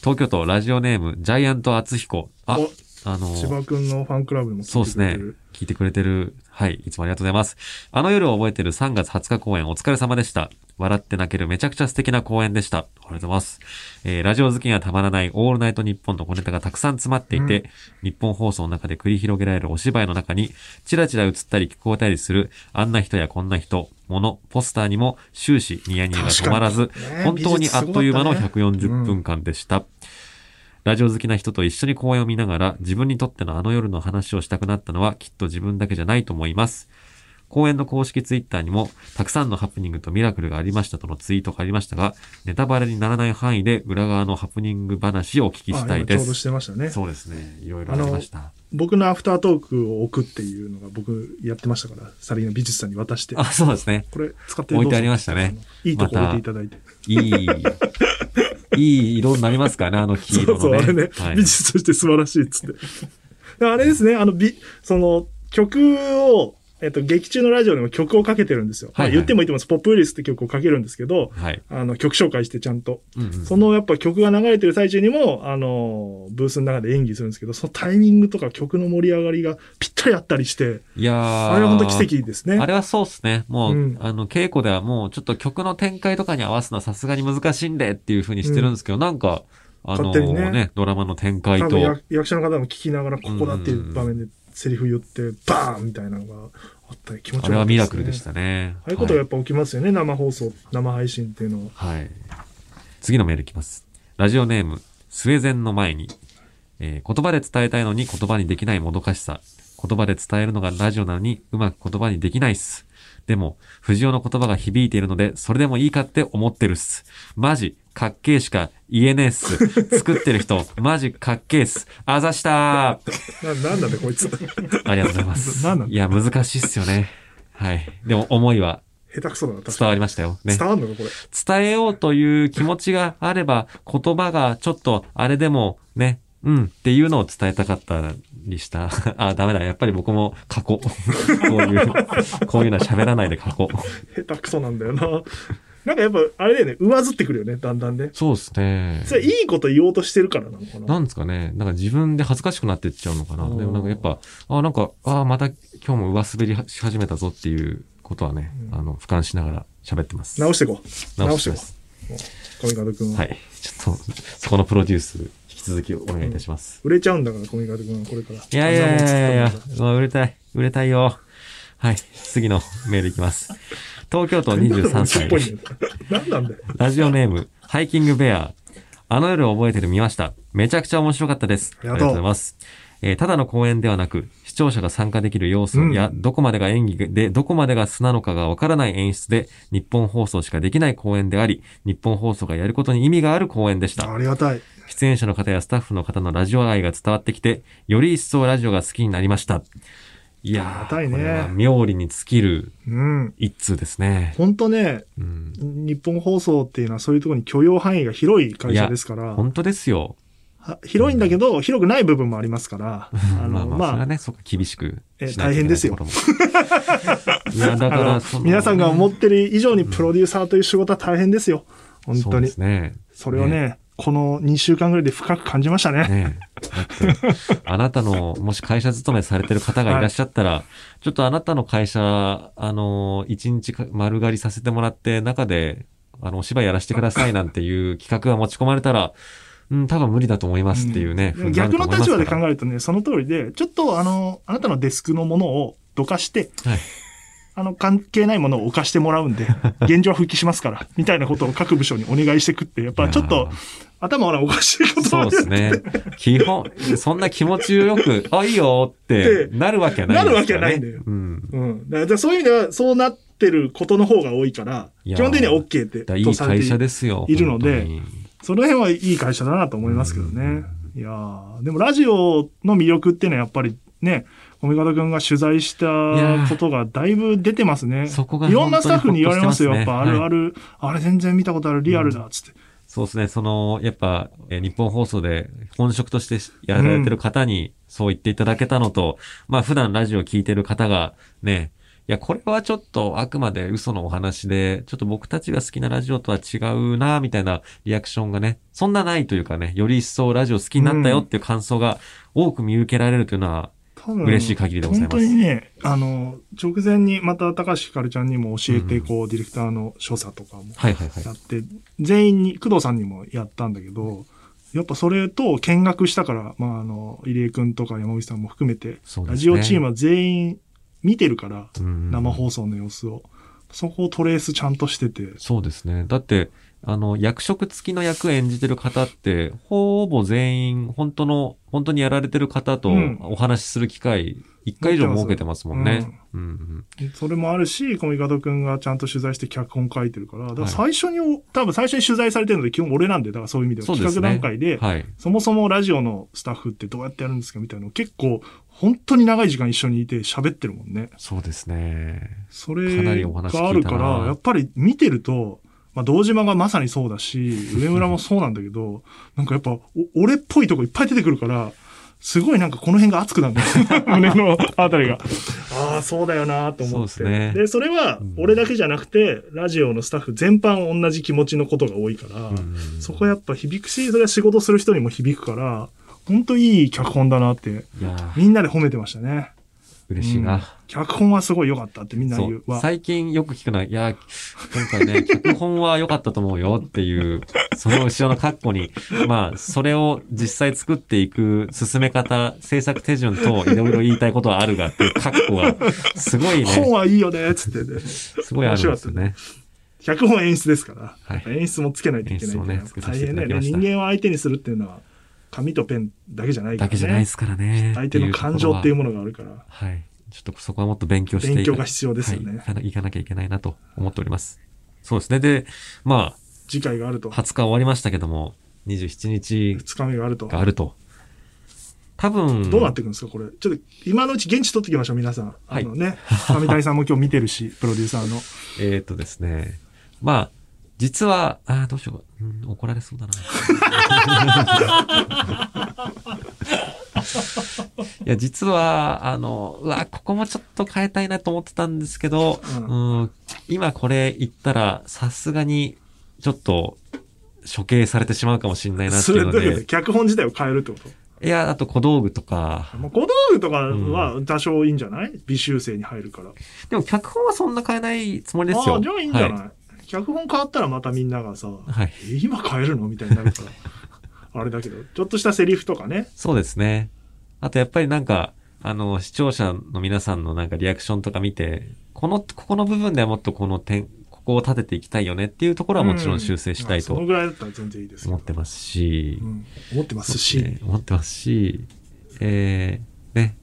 東京都ラジオネーム、ジャイアント厚彦。あ、あの
お、
ー
千葉くんのファンクラブでも
そうですね
聞いてくれてる。
聞いてくれてる。はい。いつもありがとうございます。あの夜を覚えてる3月20日公演お疲れ様でした。笑って泣けるめちゃくちゃ素敵な公演でした。ありがとうございます。えー、ラジオ好きにはたまらないオールナイト日本の小ネタがたくさん詰まっていて、日本放送の中で繰り広げられるお芝居の中に、チラチラ映ったり聞こえたりする、あんな人やこんな人、もの、ポスターにも終始ニヤニヤが止まらず、
確かにね
本当にあっという間の
美術すごかったね
140分間でした。ラジオ好きな人と一緒に公演を見ながら自分にとってのあの夜の話をしたくなったのはきっと自分だけじゃないと思います。公演の公式ツイッターにもたくさんのハプニングとミラクルがありましたとのツイートがありましたが、ネタバレにならない範囲で裏側のハプニング話をお聞きした
あ、
い
今
で
ちょうど
す。
してましたね。
そうですね。いろいろありました。
僕のアフタートークを置くっていうのが僕やってましたから、サリーの美術さんに渡して
あ。そうですね。
これ使ってどうぞ
置いてありましたね。
いいとこ
ま
置いて
た
いただいて。
い
[laughs]
い、いい色になりますからね、あの黄
そ
色
うそう、あ
の
れ
ね
ね。、
はい
美術として素晴らしいっつって。であれですね、あの、び、その、曲を、えっと、劇中のラジオでも曲をかけてるんですよ。
はいは
ま
い
あ言っても言ってもですポップウイルスって曲をかけるんですけど、
はい。
あの、曲紹介してちゃんと。
うんうん
そのやっぱ曲が流れてる最中にも、あの、ブースの中で演技するんですけど、そのタイミングとか曲の盛り上がりがぴったりあったりして、
いやー。
あれは本当奇跡ですね。
あれはそうですね。もう、
うん
あの、稽古ではもう、ちょっと曲の展開とかに合わすのはさすがに難しいんでっていう風にしてるんですけど、なんか、あの
勝手にね
ね、ドラマの展開
多分
と
役、役者の方も聞きながら、ここだっていう場面でセリフ言って、バーンみたいなのがあったり気持ちよかったです、ね。
あれはミラクルでしたね。
ああいうことがやっぱ起きますよね、生放送、生配信っていうのは。
はい。次のメールいきます。ラジオネーム、スウェゼンの前に、えー言葉で伝えたいのに言葉にできないもどかしさ。言葉で伝えるのがラジオなのにうまく言葉にできないっす。でも、藤尾の言葉が響いているので、それでもいいかって思ってるっす。マジ、かっけえしか言えねえっす。作ってる人、 [laughs] マジかっけえっす。あざしたー
な、なんだね、こいつ。 [laughs]
ありがとうございます。
ななんなんだ
いや、難しいっすよね。はい。でも、思いは
下手くそだな、確か
伝わりましたよ。ね
に。。伝わんのか、これ。
伝えようという気持ちがあれば、言葉がちょっとあれでもね、うんっていうのを伝えたかったりした。 [laughs] あ、ダメだ。やっぱり僕も過去。こ [laughs] ういう、 [laughs] こういうのは喋らないで過去。
下手くそなんだよな。なんかやっぱ、あれだよね、上ずってくるよね、だんだんね。
そうですね。
それ、いいこと言おうとしてるからなのかな。
なんですかね。なんか自分で恥ずかしくなってっちゃうのかな。
うん
でもなんかやっぱ、あ、なんか、あ、また今日も上滑りし始めたぞっていうことはね、あの、俯瞰しながら喋ってます。
直していこう。直
直
し
してて
い
ま
こ
す
う。もうコミカド君は。
はい。ちょっと、そこのプロデュース、引き続きお願いいたします。
売れちゃうんだから、コミカド君はこれから。
いやいやいやいや
あざもつっ
いや、売れたい、売れたいよ。はい、次のメールいきます。東京都
たもん
23
だから。こんなのもうち
歳、
っぽいん [laughs] だよ。なんなんだよ。
ラジオネーム、ハイキングベア。あの夜覚えてる見ました。めちゃくちゃ面白かったです。
あ
あ
り
り
が
が
とう
とうございます。えーただの公演ではなく、視聴者が参加できる要素や、どこまでが演技で、どこまでが素なのかがわからない演出で、日本放送しかできない公演であり、日本放送がやることに意味がある公演でした。
ありがたい。
出演者の方やスタッフの方のラジオ愛が伝わってきて、より一層ラジオが好きになりました。い
ありが
や
たい
ー、
ね
これは妙利に尽きる
うん。
一通ですね。
本当ね、
うん、
日本放送っていうのはそういうところに許容範囲が広い会社ですから。
本当ですよ。
は広いんだけど、広くない部分もありますから、あ
[laughs]
の、
まあまあ、それ
ま
は
あ、
ね、そこ厳しく
え
しないといけないところも。いや、だか
あ
ら、
の皆さんが思ってる以上にプロデューサーという仕事は大変ですよ。本
そ
当
うで
に。
すね。
それをね、この2週間ぐらいで深く感じましたね。
ねえ。だってあなたの、もし会社勤めされてる方がいらっしゃったら、ちょっとあなたの会社、あの、一日か丸刈りさせてもらって、中で、あの、お芝居やらせてくださいなんていう企画が持ち込まれたら、うん、多分無理だと思いますっていうね。
うん逆の立場で考
え
えるとね、その通りで、ちょっとあの、あなたのデスクのものをどかして、
はい
あの、関係ないものを置かしてもらうん
[laughs]
で、現状は復帰しますから、みたいなことを各部署にお願いしてくって、やっぱちょっと
いや
頭がおかしいこと
そうですね。基本、そんな気持ちよく、
[laughs]
あ、いいよってなるわけはない、
なるわけはないんだよ。
うん。
うん。だからそういう意味では、そうなってることの方が多いから、
い
基
やー
本的には OK って。。
だからいい会社ですすよ。
いるので
本当に
その辺はいい会社だなと思いますけどね。いやーでもラジオの魅力っていうのはやっぱりね、小見方くんが取材した
ー
ことがだいぶ出てますね。
そこが
いろんなスタッフに言われますよ。やっ
本当
ぱあ
にほっとしてますね
るある、あれ全然見たことあるリアルだ、つって。
そうですね。その、やっぱ、えー日本放送で本職としてやられてる方にそう言っていただけたのと、まあ普段ラジオを聞いてる方がね、いや、これはちょっとあくまで嘘のお話で、ちょっと僕たちが好きなラジオとは違うな、みたいなリアクションがね、そんなないというかね、より一層ラジオ好きになったよっていう感想が多く見受けられるというのは、
多分
嬉しい限りでございます
本当にね、あの、直前にまた高橋ひかるちゃんにも教えて、こう、ディレクターの所作とかも
はいはいはい
や。って、全員に、工藤さんにもやったんだけど、やっぱそれと見学したから、まあ、あの、入江くんとか山口さんも含めて、
そうですね
ラジオチームは全員見てるから、
うん
生放送の様子を。そこをトレースちゃんとしてて、
そうですね。だって、あの、役職付きの役演じてる方って、ほぼ全員、本当の、本当にやられてる方と
うん
お話しする機会、一回以上設けてますもんね。うん、うん。
それもあるし、コミカドくんがちゃんと取材して脚本書いてるから、だから
は
最初に、多分最初に取材されてるので、基本俺なんで、だからそういう意味では
そうですね
企画段階で、
はい。
そもそもラジオのスタッフってどうやってやるんですかみたいなのを結構、本当に長い時間一緒にいて喋ってるもんね。
そうですね。
そ
かな
れ
りお話聞いたな
があるから、やっぱり見てると、まあ、堂島がまさにそうだ
[laughs]
し、上村もそうなんだけど、なんかやっぱ、お俺っぽいとこいっぱい出てくるから、すごいなんかこの辺が熱くなるんだよ
[laughs]
胸のあたりが。ああ、そうだよなと思って。
そうですね
で、それは
うん、
俺だけじゃなくて、ラジオのスタッフ全般同じ気持ちのことが多いから、
うん
そこはやっぱ響くし、それは仕事する人にも響くから、ほんといい脚本だなって、
いやー
みんなで褒めてましたね。
嬉しい
うん
な。
脚本はすごい良かったってみんな
そ
言う
う。
わ。
最近よく聞くのは、いやー、今回ね、 [laughs] 脚本は良かったと思うよっていう、 [laughs] その後ろの括弧に、まあ、それを実際作っていく進め方、制作手順といろいろ言いたいことはあるがっていう括弧が、すごいね。
本はいいよね、つってね。
すごいあるんですよね。
脚本演出ですから、
はい
演出もつけないといけないっていうのは
演出もね
大変だよね。人
作らせていただきました
間を相手にするっていうのは、紙とペンだけじゃないから、
だ
ね。
けじゃないですからね。
相手の感情っていう
も
ものがあるから、
はい。ちょっとそこはもっと勉強してい
勉強が必要ですよね。
はいいかな。いかなきゃいけないなと思っております。そうですね。で、ま
次回があると、
あ、20日終わりましたけども、27日
2日目があると。
があると。多分、
どうなっていくんですか、これ。ちょっと、今のうち現地取ってきましょう、皆さん。
はい
あのね、上谷さんも今日見てるし、プロデューサーの。
えっ、とですね。まあ、実は、ああ、どうしようか、うん。怒られそうだな。いや、実は、あの、うわ、ここもちょっと変えたいなと思ってたんですけど、
う
うん、今これ言ったら、さすがに、ちょっと、処刑されてしまうかもしれないなって
そ
い
れ
う
ど
の
ういうこと
で、
脚本自体を変えるってこと
いや、あと小道具とか、
まあ小道具とかは多少いいんじゃない、微修正に入るから。
でも脚本はそんな変えないつもりですよ。
ああ、じゃあいいんじゃない、
は
脚本変わったらまたみんながさ、
はい
え今変えるのみたいになるから。あ [laughs] れだけど、ちょっとしたセリフとかね。
そうですね。あとやっぱりなんか、あの、視聴者の皆さんのなんかリアクションとか見て、この、ここの部分ではもっとこの点、ここを立てていきたいよねっていうところはもちろん修正した
うんまあ
い
その
と
ぐらいだったら全然いいですけど
思ってますし
う、ん思ってますし、
ね思ってますし、えー、ね。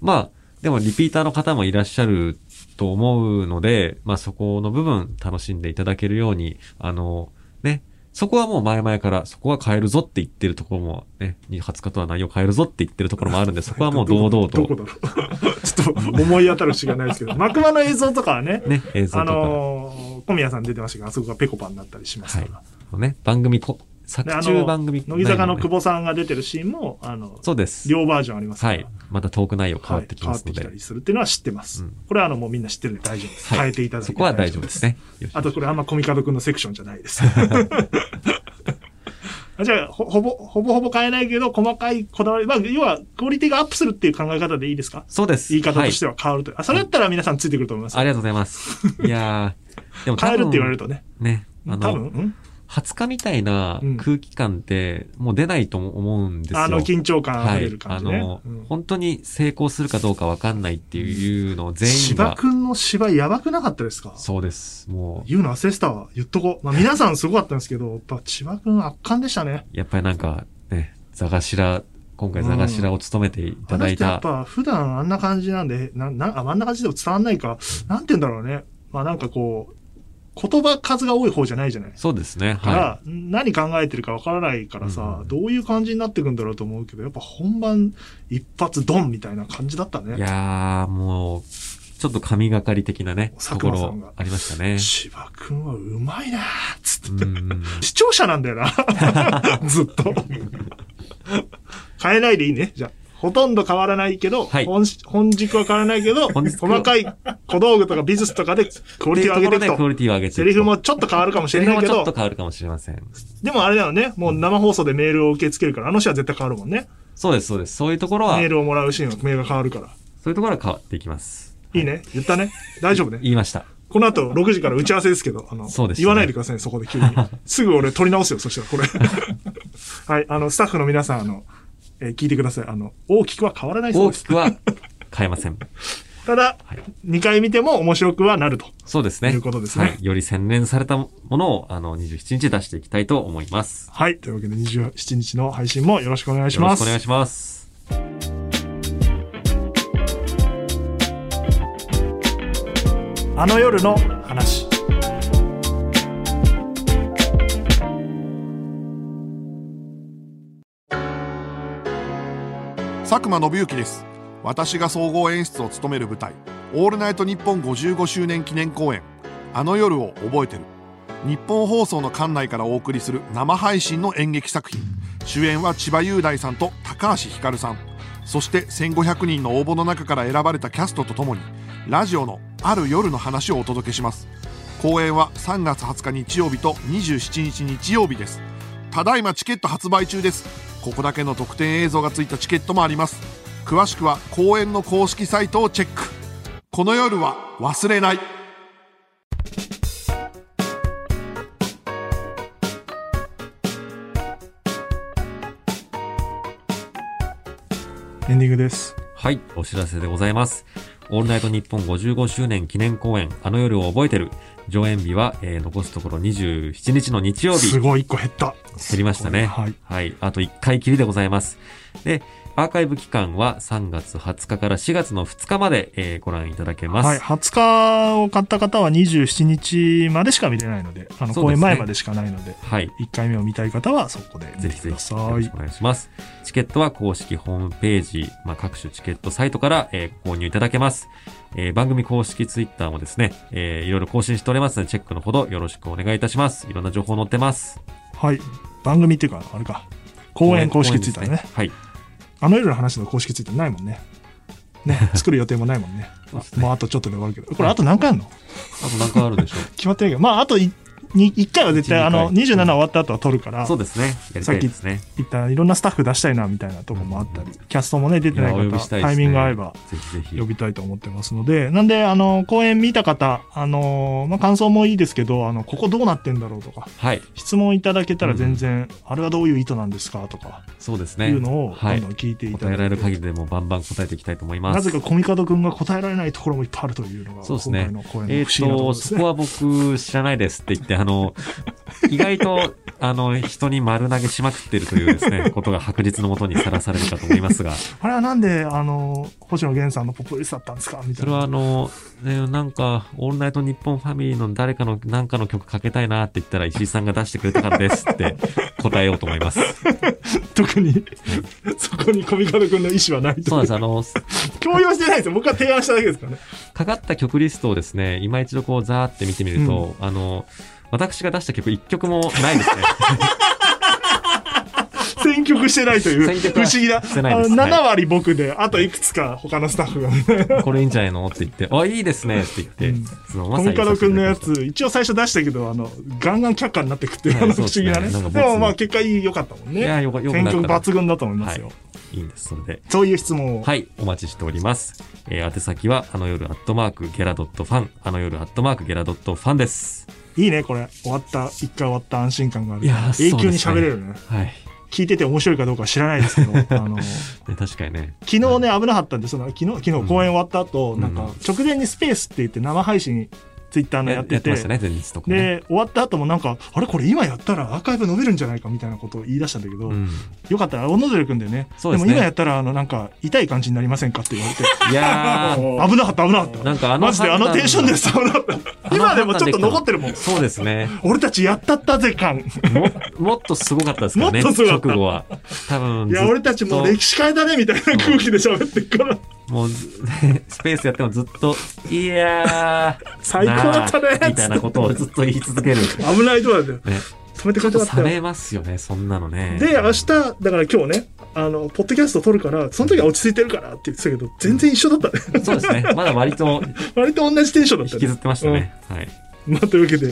まあ、でもリピーターの方もいらっしゃると思うので、まあそこの部分楽しんでいただけるように、あの、ね、そこはもう前々から、そこは変えるぞって言ってるところも、ね、20日とは内容変えるぞって言ってるところもあ
[laughs]
るんで、そこはもう堂々
どこだ
と、
ろうちょっと思い当たるしかないですけ
[laughs]
ど、幕間の映像とかはね、
ね、映像
あ
とか、
のー小宮さん出てましたけど、あそこがペコパになったりしますから。
ね、番組こ、
で
作
あ
中番組、
乃木坂の
内
久
容ね
保さんが出てるシーンも、あの、
そうです。
両バージョンありますか
は
ら。
い。またトーク内容変わってき
はい変
ま
わっ
すの
てき
で、
たりするっていうのは知ってます。
うん
これはあのもうみんな知ってるんで大丈夫です。
はい
変えていただいて。
そこは大丈夫です。ね。よし
あとこれあんまコミカドくんのセクションじゃない
[laughs]
です。じゃあほ、ほぼ、ほぼほぼ変えないけど、細かいこだわり、まあ、要は、クオリティがアップするっていう考え方でいいですか
そうです。
言い方として
は
は変わると、あ、それだったら皆さんついてくると思います
い。あ。りがとうございます。いや
[laughs]
ー、でも多分
変えるって言われるとね。
ね、あ
多分、
の、
うん
20日みたいな
うん
空気感って、もう出ないと思うんですよ。
あの、緊張感あ
は
ふれ
い
る。感
あ
じね。
の
う、ん
本当に成功するかどうかわかんないっていうのを全員
芝
が。
くんの芝やばくなかったですか
そうです。もう、
言うの焦ったわ。言っとこう。まあ皆さんすごかったんですけど、やっぱ千葉くん圧巻でしたね。
やっぱりなんか、ね、座頭、今回座頭を務めてい
あ
た
の
だい
人や
た
っ。ぱ普段あんな感じなんで、な、な、ああんな感じでも伝わんないか。なんて言うんだろうね。まあなんかこう、言葉数が多い方じゃないじゃない。
そうですね。
から、
は
何考えてるかわからないからさ、
うん
どういう感じになってくんだろうと思うけど、やっぱ本番一発ドンみたいな感じだった
い。
ね。
いやー、もう、ちょっと神がかり的なね、と
佐久
こ
間さんが
ろありましたね。
千葉くんはうまいなーっつって。
うん。
視聴者なんだよ
[laughs]
な。ずっと。変えないでいいね。じゃあ。ほとんど変わらないけど、
はい
本し本軸は変わらないけど、
本軸を
細かい小道具とか美術とかでクオリティを上げてい
って
く
いうとこ
と。
ろでクオリティを上げていくと
セリフもちょっと変わるかもし
セ
れ
リ
な
フ
い
も
け
ちょ
ど
っと、変わるかもしれません。
でもあれだよね、もう生放送でメールを受け付けるから、あの人は絶対変わるもんね。
そうです、そうです。そういうところは
メー、ルをもらうシーンはメールが変わるから。
そういうところは変わっていきます。
いいね。言ったね。大丈夫ね。
言いました。
この後6時から打ち合わせですけど、あの、
そうですね
言わないでくださいね、そこで
[laughs]
急に。すぐ俺取り直すよ、そしたらこ
[laughs]
れ。はい、あの、スタッフの皆さん、あの、えー聞いてください。あの、大きくは変わらないそう
大
で
き
す。
くは変えません。
ただ、
はい
2回見ても面白くはなると。
そうですね。
ということですね
はい。より洗練されたものを、あの、27日出していきたいと思います。
はい、というわけで27日の配信もよろしくお願いし
よろ
ま
しく
す。
お願いします。
あの夜の話。
佐久間信之です私が総合演出を務める舞台「オールナイトニッポン」55周年記念公演「あの夜を覚えてる」日本放送の館内からお送りする生配信の演劇作品主演は千葉雄大さんと高橋ひかるさんそして1500人の応募の中から選ばれたキャストとともにラジオのある夜の話をお届けします公演は3月20日日曜日と27日日曜日ですただいまチケット発売中ですここだけの特典映像がついたチケットもあります詳しくは公演の公式サイトをチェックこの夜は忘れない
エンディングです。
はい、お知らせでございます。オールナイトニッポン55周年記念公演、あの夜を覚えてる。上演日は、えー残すところ27日の日曜日。
すごい、1個減った。
減りましたね。
すごいはい。
あと1回きりでございます。で、アーカイブ期間は3月20日から4月の2日まで、えーご覧いただけます。
はい、20日を買った方は27日までしか見れないので、あの、
そうですね
公演前までしかないので、
はい
1回目を見たい方はそこで見
ぜ
て
ひ
く
ぜ
だ
ひ
さ
よろ
い
しく。お願いします。チケットは公式ホームページ、まあ、各種チケットサイトから、えー購入いただけます。えー番組公式ツイッターもですね、えーいろいろ更新しておりますので、チェックのほどよろしくお願いいたします。いろんな情報載ってます。
はい。番組っていうか、あれか。公演公式ツイッターね。
公演ですはい。
あの夜の話の公式ツイッターないもんね。
[laughs]
ね、作る予定もないもんね。
そうですね
もうあとちょっとで終わるけど。これあと何回あるの
あと何かあるでしょ
[laughs] 決まってるけど。まあ、あといに1回は絶対、
一
あの、
二回
27終わった後は撮るか
う。
ら、
そうですね。やりたいですね。
一旦いろんなスタッフ出したいな、みたいなとこもあったり、キャストもね、出てない
やお
方、
呼びしたいです
タ
ね
イミング合えば。
ぜひぜひ。
呼びたいと思ってますので、なんで、あの、公演見た方、あの、まあ、感想もいいですけど、あの、ここどうなってんだろうとか、
はい。
質問いただけたら全然、あれはどういう意図なんですかとか、
そうですね。
いうのを
は
どん
い
どん。聞いていた
答
だ
え
いて、
られる限りでもバンバン答えていきたいと思います。
なぜかコミカド君が答えられないところもいっぱいあるというのが、
そ
今
うですね
回の声
え
の不思議な
っ、
ところ
と、
です
そ
ね。
こは僕知らないですって言って、あの、意外と、あの、人に丸投げしまくってるというで
[laughs]
すね、ことが白日のもとにさらされるかと思いますが、
あれはなんで、あの、星野源さんのポップリストだったんですかみた
そ
い
れは
な。
あの、ねなんか、オールナイトニッポンファミリーの誰かの、なんかの曲かけたいなって言ったら、石井さんが出してくれたからですって答えようと思います。
[laughs] 特に、そこにコミカド君の意思はない
[laughs]
と
そうなん。です。あの、
共有してないですよ。僕は提案しただけですからね。
かかった曲リストをですね、今一度こう、ざーって見てみると、あの、私が出した曲一曲もないですね。
[laughs] 選曲してないという、
選
不
曲は
思議な。あ
してないで
の
すはい
7割僕で、あといくつか他のスタッフがね。
これいいんじゃないのって言って、あ、いいですねって言って、
うん
その
コミカド君のや。つ
ま、
一応最初出したけど、あの、ガンガン却下になってくっていう、
はい
あの不
そ
思
うです
議
ね
なね。
なんか
でもまあ
ボツ
結果良かったもん
いや、
ね。
よかよく
選
な
曲
かっ
抜群だと思い
た。
ま
は
す
い
よ。。
いいんです、それで。
そういう質問を。
はい、お待ちしております。えー、宛先は、あの夜アットマークゲラドットファン、あの夜アットマークゲラドットファンです。
いいね、これ。終わった、一回終わった安心感がある。
いやー
永
そう
久
で
に
すね
喋れるね。
はい。
聞いてて面白いかどうかは知らないですけ
[laughs]
ど、あの、昨
ね、確かにね。
日ね、危なかったんで、その、昨日、昨日公演終わった後、
うん
なんか、直前にスペースって言って生配信、ツイッターのやってて、
ましたね、前日とかね。
で、終わった後もなんか、あれこれ今やったらアーカイブ伸びるんじゃないかみたいなことを言い出したんだけど、
うん。
よかったら、小野寺君でね、
そうですね
も今やったら、あの、なんか、痛い感じになりませんかって言われて、
いや
[laughs]
ー。
危なかった、危なかった。
なんかあの
マジであの
判断
テンションです、危なかった。今でもちょっと残ってるもん。
そうですね。
俺たちやったったぜ感。
も、もっとすごかったですから
[laughs]
ね。
もっとすごかった
直後は。多分。 [laughs]
いや、俺たちもう歴史変えたね、みたいな空気で喋ってるから。
もうず、スペースやってもずっと、いやー、
[laughs] 最高だったね
なあみたいなことをずっと言い続
[laughs]
ける。
危ないとこだよ。
ね
止めて
ちょ
くれ
っと
なか
さ
ったよ。
れますよね、そんなのね。
で、明日、だから今日ね、あの、ポッドキャスト撮るから、その時は落ち着いてるからって言ってたけど、全然一緒だったね。 [laughs]
そうですね。まだ割と
割と同じテンションだった
引
ね
きずってましたね。はい。
まあ、というわけで、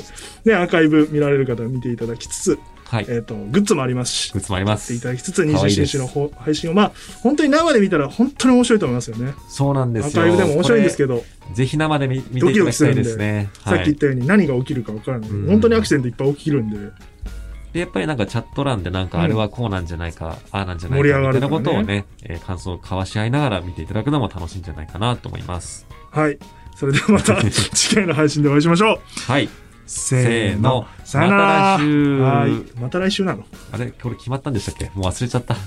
ね、アーカイブ見られる方は見ていただきつつ、
はい。
えっ、と、グッズもありますし
グ、ッズもありま
見てい
す
た。だきつつ、
可愛
27
いです
日のほ配信を、まあ、本当に生で見たら本当に面白いと思いますよね。
そうなんで
アー
すよ。
カイブでも面白いんですけ
ど。
ど、
ぜひ生で見見ていただきたいですね。
さっ
は
き言っ
い。
たように何が起きるか分からない。
うん
本当にアクセントいっぱい起きるんで、
で、やっぱりなんかチャット欄でなんかあれはこうなんじゃないか、ああなんじゃない
盛り
か、
上が
みた
る
いな
とかね
ことをね、えー感想を交わし合いながら見ていただくのも楽しいんじゃないかなと思います。
はい。それではま
[laughs]
た次回の配信でお会いしましょう。
はい。
せーの。
せーのまた来週
はい。また来週なの。
あれこれ決まったんでしたっけもう忘れちゃった。
[laughs]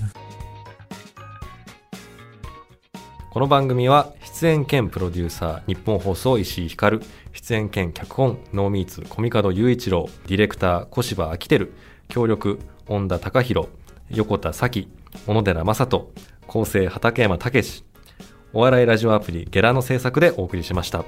この番組は出演兼プロデューサー日本放送石井光出演兼脚本ノーミーツコミカド雄一郎ディレクター小芝昭輝協力恩田隆弘横田咲小野寺正人構成畠山武史お笑いラジオアプリゲラの制作でお送りしました。